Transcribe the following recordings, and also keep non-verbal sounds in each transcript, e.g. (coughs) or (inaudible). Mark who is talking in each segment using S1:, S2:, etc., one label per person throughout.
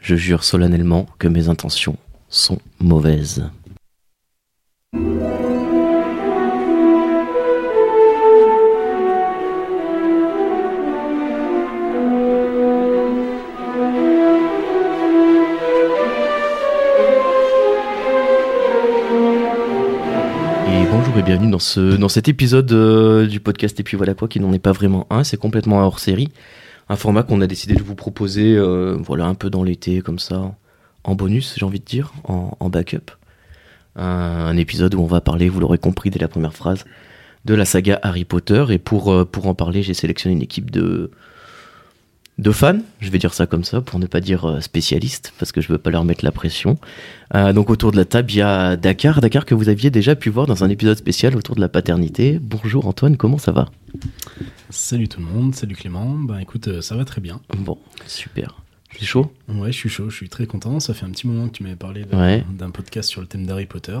S1: Je jure solennellement que mes intentions sont mauvaises. Et bonjour et bienvenue dans, ce, dans cet épisode euh, du podcast Et puis voilà quoi, qui n'en est pas vraiment un, c'est complètement un hors série. Un format qu'on a décidé de vous proposer, euh, voilà, un peu dans l'été, comme ça, en bonus, j'ai envie de dire, en, en backup. Un, un épisode où on va parler, vous l'aurez compris dès la première phrase, de la saga Harry Potter. Et pour, euh, pour en parler, j'ai sélectionné une équipe de, de fans, je vais dire ça comme ça, pour ne pas dire euh, spécialistes, parce que je veux pas leur mettre la pression. Euh, donc autour de la table, il y a Dakar, Dakar que vous aviez déjà pu voir dans un épisode spécial autour de la paternité. Bonjour Antoine, comment ça va
S2: Salut tout le monde, salut Clément. Bah écoute, euh, ça va très bien.
S1: Bon, super. C'est chaud
S2: Ouais, je suis chaud, je suis très content. Ça fait un petit moment que tu m'avais parlé d'un
S1: Ouais.
S2: d'un podcast sur le thème d'Harry Potter.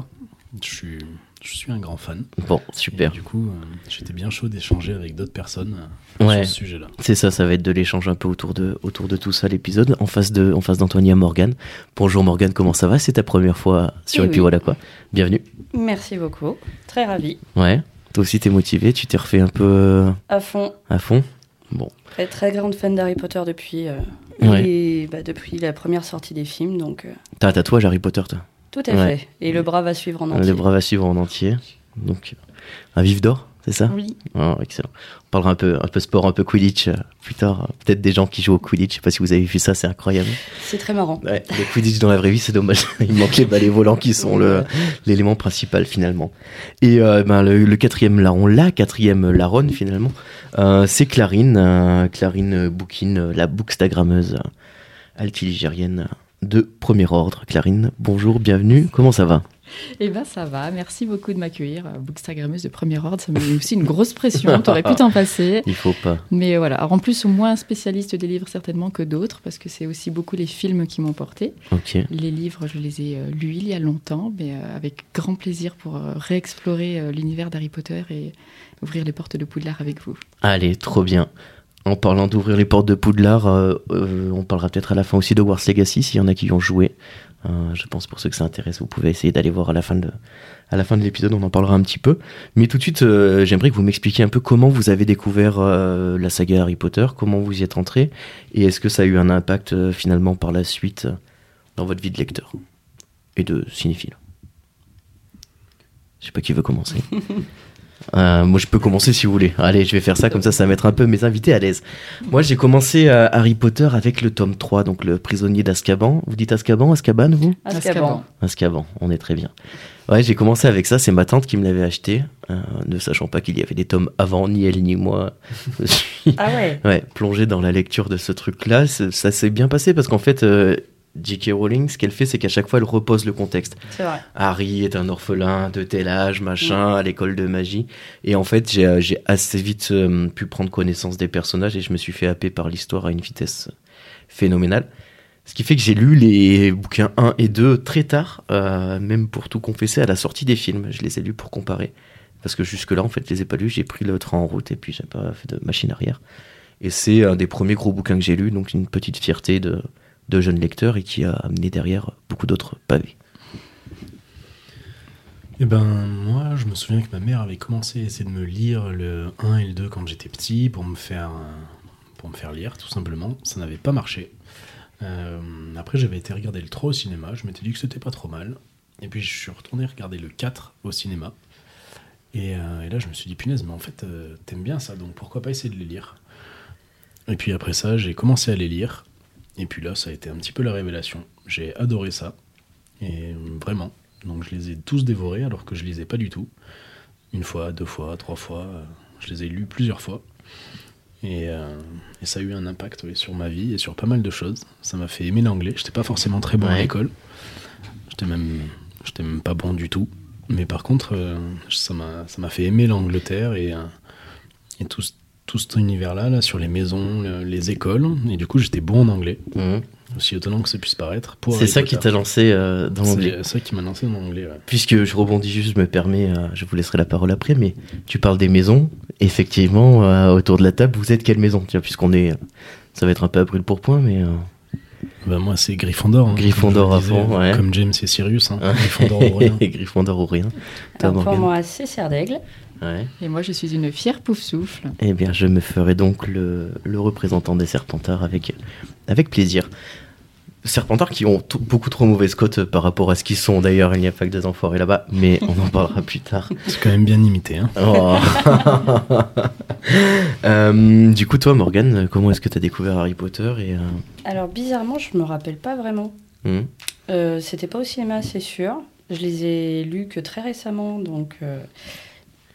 S2: Je suis, je suis un grand fan.
S1: Bon,
S2: Et
S1: super.
S2: du coup, euh, j'étais bien chaud d'échanger avec d'autres personnes euh,
S1: Ouais.
S2: sur ce sujet-là.
S1: C'est ça, ça va être de l'échange un peu autour de, autour de tout ça l'épisode, en face de, en face d'Antoine, il y a Morgane. Bonjour Morgane, comment ça va C'est ta première fois sur
S3: Eh
S1: Et puis
S3: oui.
S1: voilà quoi. Bienvenue.
S3: Merci beaucoup. Très ravi.
S1: Ouais. Toi aussi t'es motivé, tu t'es refait un peu euh,
S3: À fond.
S1: à fond
S3: Très, très grande fan d'Harry Potter depuis, euh,
S1: Ouais.
S3: les- bah, depuis la première sortie des films. Donc, euh,
S1: T'as un tatouage Harry Potter toi
S3: tout à
S1: Ouais.
S3: fait. Et le bras va suivre en
S1: Les
S3: entier.
S1: bras à suivre en entier. Donc, euh, un vif d'or, c'est ça
S3: Oui.
S1: Ah, Excellent. On parlera un peu, un peu sport, un peu Quidditch euh, plus tard. Peut-être des gens qui jouent au Quidditch. Je sais pas si vous avez vu ça, c'est incroyable.
S3: C'est très marrant.
S1: Ouais, le Quidditch dans la vraie vie, c'est dommage. (laughs) Il manque les balais volants qui sont le, l'élément principal finalement. Et euh, ben, le, le quatrième larron, la quatrième larronne finalement, euh, c'est Clarine, euh, Clarine Bouquine, euh, la bookstagrammeuse euh, altiligérienne de premier ordre. Clarine, bonjour, bienvenue. Comment ça va
S4: Eh ben ça va, merci beaucoup de m'accueillir. Euh, Bookstagrammeuse de premier ordre, ça m'a mis aussi une grosse pression, t'aurais pu t'en passer.
S1: Il faut pas.
S4: Mais voilà, alors en plus, moins spécialiste des livres certainement que d'autres, parce que c'est aussi beaucoup les films qui m'ont porté.
S1: Ok.
S4: Les livres, je les ai euh, lus il y a longtemps, mais euh, avec grand plaisir pour euh, réexplorer euh, l'univers d'Harry Potter et ouvrir les portes de Poudlard avec vous.
S1: Allez, trop bien. En parlant d'ouvrir les portes de Poudlard, euh, euh, on parlera peut-être à la fin aussi de Wars Legacy, s'il y en a qui y ont joué. Euh, je pense pour ceux que ça intéresse, vous pouvez essayer d'aller voir à la fin de, à la fin de l'épisode, on en parlera un petit peu. Mais tout de suite, euh, j'aimerais que vous m'expliquiez un peu comment vous avez découvert euh, la saga Harry Potter, comment vous y êtes entré, et est-ce que ça a eu un impact euh, finalement par la suite euh, dans votre vie de lecteur et de cinéphile. Je sais pas qui veut commencer. Euh, moi, je peux commencer si vous voulez. Allez, je vais faire ça, comme ça, ça va mettre un peu mes invités à l'aise. Moi, j'ai commencé euh, Harry Potter avec le tome 3, donc le prisonnier d'Azkaban. Vous dites Azkaban, Azkaban, vous
S3: Ah, Azkaban.
S1: Azkaban, on est très bien. Ouais, j'ai commencé avec ça, c'est ma tante qui me l'avait acheté, euh, ne sachant pas qu'il y avait des tomes avant, ni elle ni moi. (laughs) Je me suis-
S3: Ah ouais.
S1: Ouais, plongé dans la lecture de ce truc-là, ça ça s'est bien passé parce qu'en fait, euh, J.K. Rowling, ce qu'elle fait, c'est qu'à chaque fois, elle repose le contexte.
S3: C'est vrai.
S1: Harry est un orphelin de tel âge, machin, à l'école de magie. Et en fait, j'ai, euh, j'ai assez vite euh, pu prendre connaissance des personnages et je me suis fait happer par l'histoire à une vitesse phénoménale. Ce qui fait que j'ai lu les bouquins 1 et 2 très tard, euh, même pour tout confesser, à la sortie des films. Je les ai lus pour comparer. Parce que jusque-là, en fait, je les ai pas lus. J'ai pris le train en route et puis j'ai pas fait de machine arrière. Et c'est un des premiers gros bouquins que j'ai lu, donc une petite fierté de, de jeune lecteur et qui a amené derrière beaucoup d'autres pavés.
S2: Et ben moi, je me souviens que ma mère avait commencé à essayer de me lire le 1 et le 2 quand j'étais petit pour me faire euh, pour me faire lire tout simplement. Ça n'avait pas marché. Euh, après, j'avais été regarder le 3 au cinéma. Je m'étais dit que c'était pas trop mal. Et puis je suis retourné regarder le 4 au cinéma. Et, euh, et là, je me suis dit punaise, mais en fait, euh, t'aimes bien ça, donc pourquoi pas essayer de les lire Et puis après ça, j'ai commencé à les lire. Et puis là, ça a été un petit peu la révélation. J'ai adoré ça. Et euh, vraiment. Donc je les ai tous dévorés alors que je les ai pas du tout. Une fois, deux fois, trois fois. euh, Je les ai lus plusieurs fois. Et, euh, et ça a eu un impact oui, sur ma vie et sur pas mal de choses. Ça m'a fait aimer l'anglais. J'étais pas forcément très bon
S1: Ouais.
S2: à l'école. J'étais même, j'étais même pas bon du tout. Mais par contre, euh, ça m'a ça m'a fait aimer l'Angleterre et, euh, et tout, ce- tout cet univers-là, là, sur les maisons, le- les écoles. Et du coup, j'étais bon en anglais aussi étonnant que ça puisse paraître. pour
S1: C'est
S2: Harry
S1: ça qui t'a
S2: Potter.
S1: lancé euh, dans l'anglais.
S2: C'est ça qui m'a lancé dans l'anglais. ouais.
S1: Puisque je rebondis juste, je me permets, euh, je vous laisserai la parole après, mais tu parles des maisons. Effectivement, euh, autour de la table, vous êtes quelle maison Tiens, puisqu'on est. Ça va être un peu à brûle pour point, mais. euh,
S2: Bah, moi, c'est Gryffondor. hein,
S1: Gryffondor
S2: comme je le
S1: à fond,
S2: disais,
S1: ouais.
S2: Comme James et Sirius. hein, Gryffondor ou rien.
S1: Et (laughs) Gryffondor ou rien. Toi,
S3: Alors pour
S1: Morgane
S3: moi, c'est Serre d'Aigle.
S1: Ouais.
S4: Et moi, je suis une fière pouf-souffle.
S1: Eh bien, je me ferai donc le, le représentant des Serpentards avec, avec plaisir. Serpentards qui ont tout- beaucoup trop mauvaise cote euh, par rapport à ce qu'ils sont. D'ailleurs, il n'y a pas que des enfoirés là-bas, mais on en parlera plus tard.
S2: C'est quand même bien imité. hein.
S1: (laughs) Oh. Euh, du coup, toi, Morgane, comment est-ce que tu as découvert Harry Potter et, euh,
S3: Alors bizarrement, je me rappelle pas vraiment.
S1: hmm,
S3: Euh, C'était pas au cinéma, c'est sûr. Je les ai lus que très récemment, donc euh,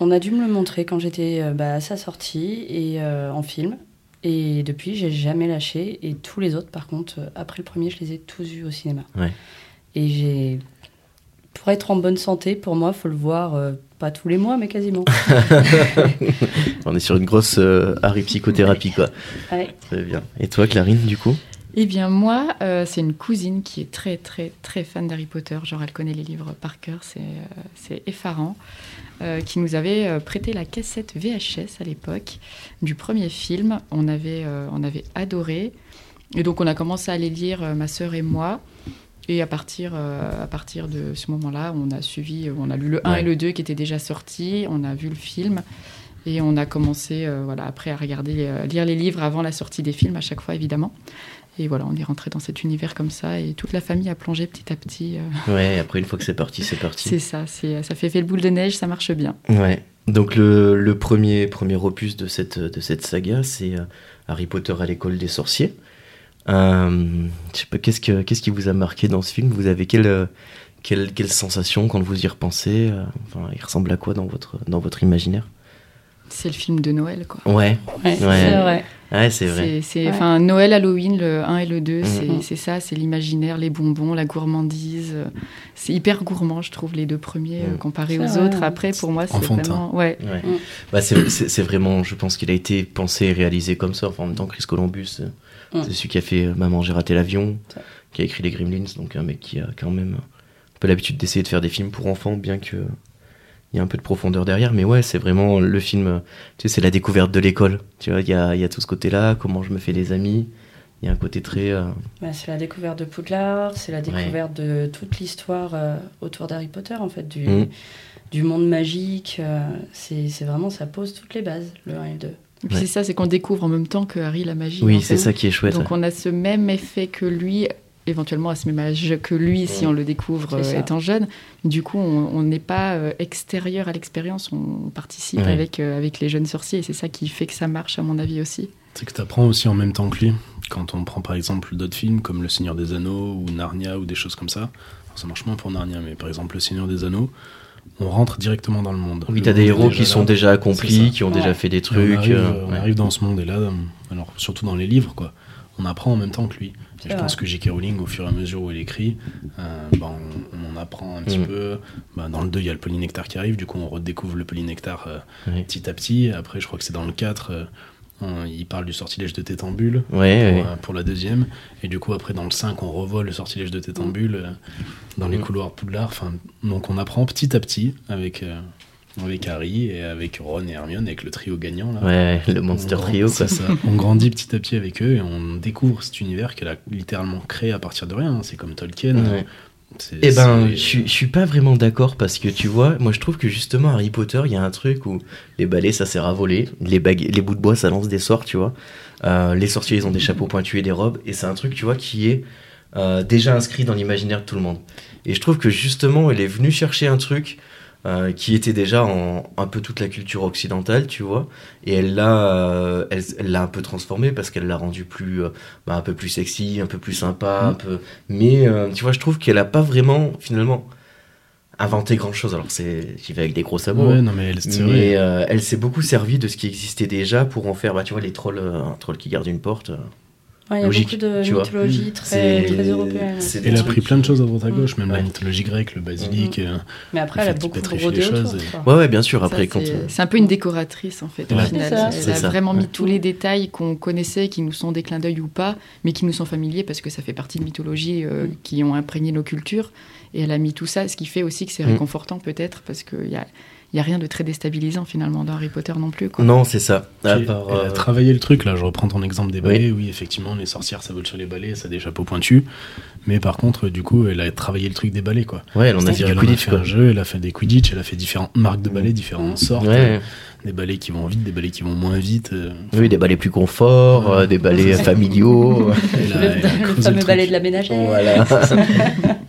S3: on a dû me le montrer quand j'étais euh, bah, à sa sortie et euh, en film. Et depuis, j'ai jamais lâché. Et tous les autres, par contre, euh, après le premier, je les ai tous vus au cinéma.
S1: Ouais.
S3: Et j'ai. Pour être en bonne santé, pour moi, faut le voir euh, pas tous les mois, mais quasiment.
S1: On est sur une grosse euh, Harry psychothérapie, quoi.
S3: Ouais.
S1: Très bien. Et toi, Clarine, du coup
S4: Eh bien, moi, euh, c'est une cousine qui est très, très, très fan d'Harry Potter. Genre, elle connaît les livres par cœur, c'est euh, c'est effarant. euh, qui nous avait euh, prêté la cassette VHS à l'époque du premier film. On avait, euh, on avait adoré. Et donc, on a commencé à les lire, euh, ma sœur et moi. Et à partir, euh, à partir de ce moment-là, on a suivi, euh, on a lu le 1
S1: Ouais.
S4: et le 2 qui étaient déjà sortis, on a vu le film. Et on a commencé, euh, voilà, après à regarder, euh, lire les livres avant la sortie des films, à chaque fois, évidemment. Et voilà, on est rentré dans cet univers comme ça. Et toute la famille a plongé petit à petit. euh,
S1: Ouais, après, une fois que c'est parti, c'est parti.
S4: c'est ça, c'est, euh, ça fait fait le boule de neige, ça marche bien.
S1: Ouais. Donc le, le premier, premier opus de cette, de cette saga, c'est euh, Harry Potter à l'école des sorciers. Euh, je sais pas, qu'est-ce, que, qu'est-ce qui vous a marqué dans ce film Vous avez quelle, euh, quelle, quelle sensation quand vous y repensez Euh, enfin, Il ressemble à quoi dans votre, dans votre imaginaire
S4: C'est le film de Noël, quoi.
S1: Ouais,
S3: Ouais,
S1: Ouais.
S3: C'est vrai.
S1: ouais c'est vrai. Mm,
S4: C'est,
S3: Ouais.
S4: enfin, Noël, Halloween, le 1 et le 2,
S3: Mhm.
S4: c'est, c'est ça, c'est l'imaginaire, les bonbons, la gourmandise. euh, C'est hyper gourmand, je trouve, les deux premiers, euh,
S1: Mhm.
S4: comparés
S3: C'est
S4: aux
S3: vrai.
S4: autres. Après, pour moi, c'est
S2: Enfantin.
S4: vraiment... Ouais,
S1: Ouais.
S3: Mm.
S1: Bah, c'est, c'est- c'est vraiment, je pense qu'il a été pensé et réalisé comme ça. Enfin, en même temps, Chris Columbus, euh,
S3: Mm.
S1: c'est celui qui a fait euh, Maman, j'ai raté l'avion,
S3: Ça.
S1: qui a écrit Les Gremlins, donc un mec qui a quand même un peu l'habitude d'essayer de faire des films pour enfants, bien que euh, il y a un peu de profondeur derrière. Mais ouais, c'est vraiment le film, euh, tu sais, c'est la découverte de l'école. Tu vois, il y a, il y a tout ce côté-là, comment je me fais des amis. Il y a un côté très. euh,
S3: Bah, c'est la découverte de Poudlard, c'est la découverte de toute l'histoire euh, autour d'Harry Potter, en fait, du,
S1: Mm.
S3: du monde magique. euh, c'est c'est vraiment, ça pose toutes les bases, le 1 et le 2.
S4: Et puis
S1: Ouais.
S4: c'est ça, c'est qu'on découvre en même temps que Harry la magie. en
S1: Oui,
S4: fait.
S1: c'est ça qui est chouette.
S4: Donc on a ce même effet que lui, éventuellement à ce même âge que lui, si
S1: Mhm.
S4: on le découvre
S3: C'est
S4: euh,
S3: ça.
S4: étant jeune. Du coup, on on n'est pas euh, extérieur à l'expérience, on participe
S1: Ouais.
S4: avec, euh, avec les jeunes sorciers. Et c'est ça qui fait que ça marche, à mon avis aussi.
S2: C'est que t'apprends aussi en même temps que lui. Quand on prend par exemple d'autres films comme Le Seigneur des Anneaux ou Narnia ou des choses comme ça, Alors, ça marche moins pour Narnia, mais par exemple Le Seigneur des Anneaux, on rentre directement dans le monde.
S1: Oui,
S2: Le
S1: t'as des
S2: monde est
S1: héros qui
S2: déjà
S1: sont
S2: là.
S1: déjà
S2: C'est ça.
S1: accomplis, qui ont déjà
S3: Ouais.
S1: fait des
S2: Et on
S1: trucs.
S2: arrive,
S1: euh,
S2: on
S1: ouais.
S2: arrive dans ce monde et là, euh, alors surtout dans les livres, quoi. On apprend en même temps que lui. Et
S3: C'est
S2: je
S3: vrai.
S2: pense que J.K. Rowling, au fur et à mesure où elle écrit, euh, ben, on, on en apprend un petit
S3: Mm.
S1: Mhm.
S2: peu. Ben, dans le 2, il y a le polynectar qui arrive, du coup on redécouvre le polynectar euh,
S1: Ouais.
S2: petit à petit. Après, je crois que c'est dans le 4, euh, on- il parle du sortilège de Tétambule
S1: Ouais,
S2: pour,
S1: ouais.
S2: euh, pour la deuxième. Et du coup, après, dans le 5, on revoit le sortilège de Tétambule euh, dans les
S1: Mhm.
S2: couloirs Poudlard. Enfin, donc, on apprend petit à petit avec, euh, avec Harry et avec Ron et Hermione, avec le trio gagnant. Là.
S1: Ouais, le
S2: On
S1: Monster
S2: grand-
S1: Trio, quoi.
S2: c'est ça. On grandit petit à petit avec eux et on découvre cet univers qu'elle a littéralement créé à partir de rien. Hein, C'est comme Tolkien.
S1: Ouais.
S2: C'est-
S1: Eh ben,
S2: c'est-
S1: je suis- je suis pas vraiment d'accord parce que tu vois, moi je trouve que justement Harry Potter, il y a un truc où les balais ça sert à voler, les, bagues, les bouts de bois ça lance des sorts, tu vois. Euh, les sorciers ils ont des chapeaux pointus et des robes, et c'est un truc, tu vois, qui est euh, déjà inscrit dans l'imaginaire de tout le monde. Et je trouve que justement, elle est venue chercher un truc euh, qui était déjà en un peu toute la culture occidentale, tu vois, et elle l'a, euh, elle, elle l'a un peu transformé parce qu'elle l'a rendu plus, euh, bah, un peu plus sexy, un peu plus sympa, un peu. Mais euh, tu vois, je trouve qu'elle a pas vraiment finalement inventé grand chose. Alors c'est, j'y vais avec des gros sabots.
S2: Ouais,
S1: hein.
S2: non, mais elle- c'est vrai.
S1: Mais euh, elle s'est beaucoup servie de ce qui existait déjà pour en faire, bah, tu vois, les trolls, euh, un troll qui garde une porte. euh,
S3: Ouais, Il y a
S1: Logique,
S3: beaucoup de
S1: tu vois. Mm.
S3: mythologie très, très européenne.
S1: c'est des
S2: Elle a
S1: trucs-
S2: pris plein de choses à droite à gauche, même la
S1: Ouais. Mm.
S2: mythologie grecque, le basilic. euh,
S3: Mais après,
S2: Il
S3: elle a
S2: faut
S3: beaucoup
S2: pétrifier
S3: brodé
S2: les
S3: autour.
S2: choses et-
S3: quoi.
S1: Ouais, ouais, bien sûr. Après,
S4: Ça,
S1: quand
S4: c'est-
S1: euh,
S4: C'est un peu une décoratrice en fait.
S2: Ouais.
S4: Au final,
S3: C'est ça.
S1: C'est
S4: elle a
S1: ça,
S4: vraiment
S1: ouais.
S4: mis tous les détails qu'on connaissait, qui nous sont des clins d'œil ou pas, mais qui nous sont familiers parce que ça fait partie de mythologies euh,
S3: Mm.
S4: qui ont imprégné nos cultures. Et elle a mis tout ça, ce qui fait aussi que c'est
S1: Mm.
S4: réconfortant peut-être parce qu'il y a, il n'y a rien de très déstabilisant finalement dans Harry Potter non plus. quoi.
S1: Non, c'est ça. À
S2: J'ai-
S1: part,
S2: elle
S1: euh,
S2: a travaillé le truc, là, je reprends ton exemple des
S1: Oui.
S2: balais. Oui, effectivement, les sorcières, ça vole sur les balais, ça a des chapeaux pointus. Mais par contre, du coup, elle a travaillé le truc des balais, quoi.
S1: ouais, elle en a fait
S2: C'est-à-dire,
S1: du
S2: elle en
S1: Quidditch,
S2: fait
S1: quoi. Mm.
S2: un jeu, elle a fait des Quidditch, elle a fait différentes marques de balais, différentes sortes.
S1: Ouais.
S2: Des balais qui vont vite, des balais qui vont moins vite.
S3: (laughs)
S2: euh,
S1: Oui, des balais plus confort, euh, des balais familiaux. euh,
S2: elle a- elle a
S3: (laughs) le,
S2: creusé
S3: le
S2: le
S3: fameux
S2: truc.
S3: balai de la ménagère.
S1: Oh, Voilà.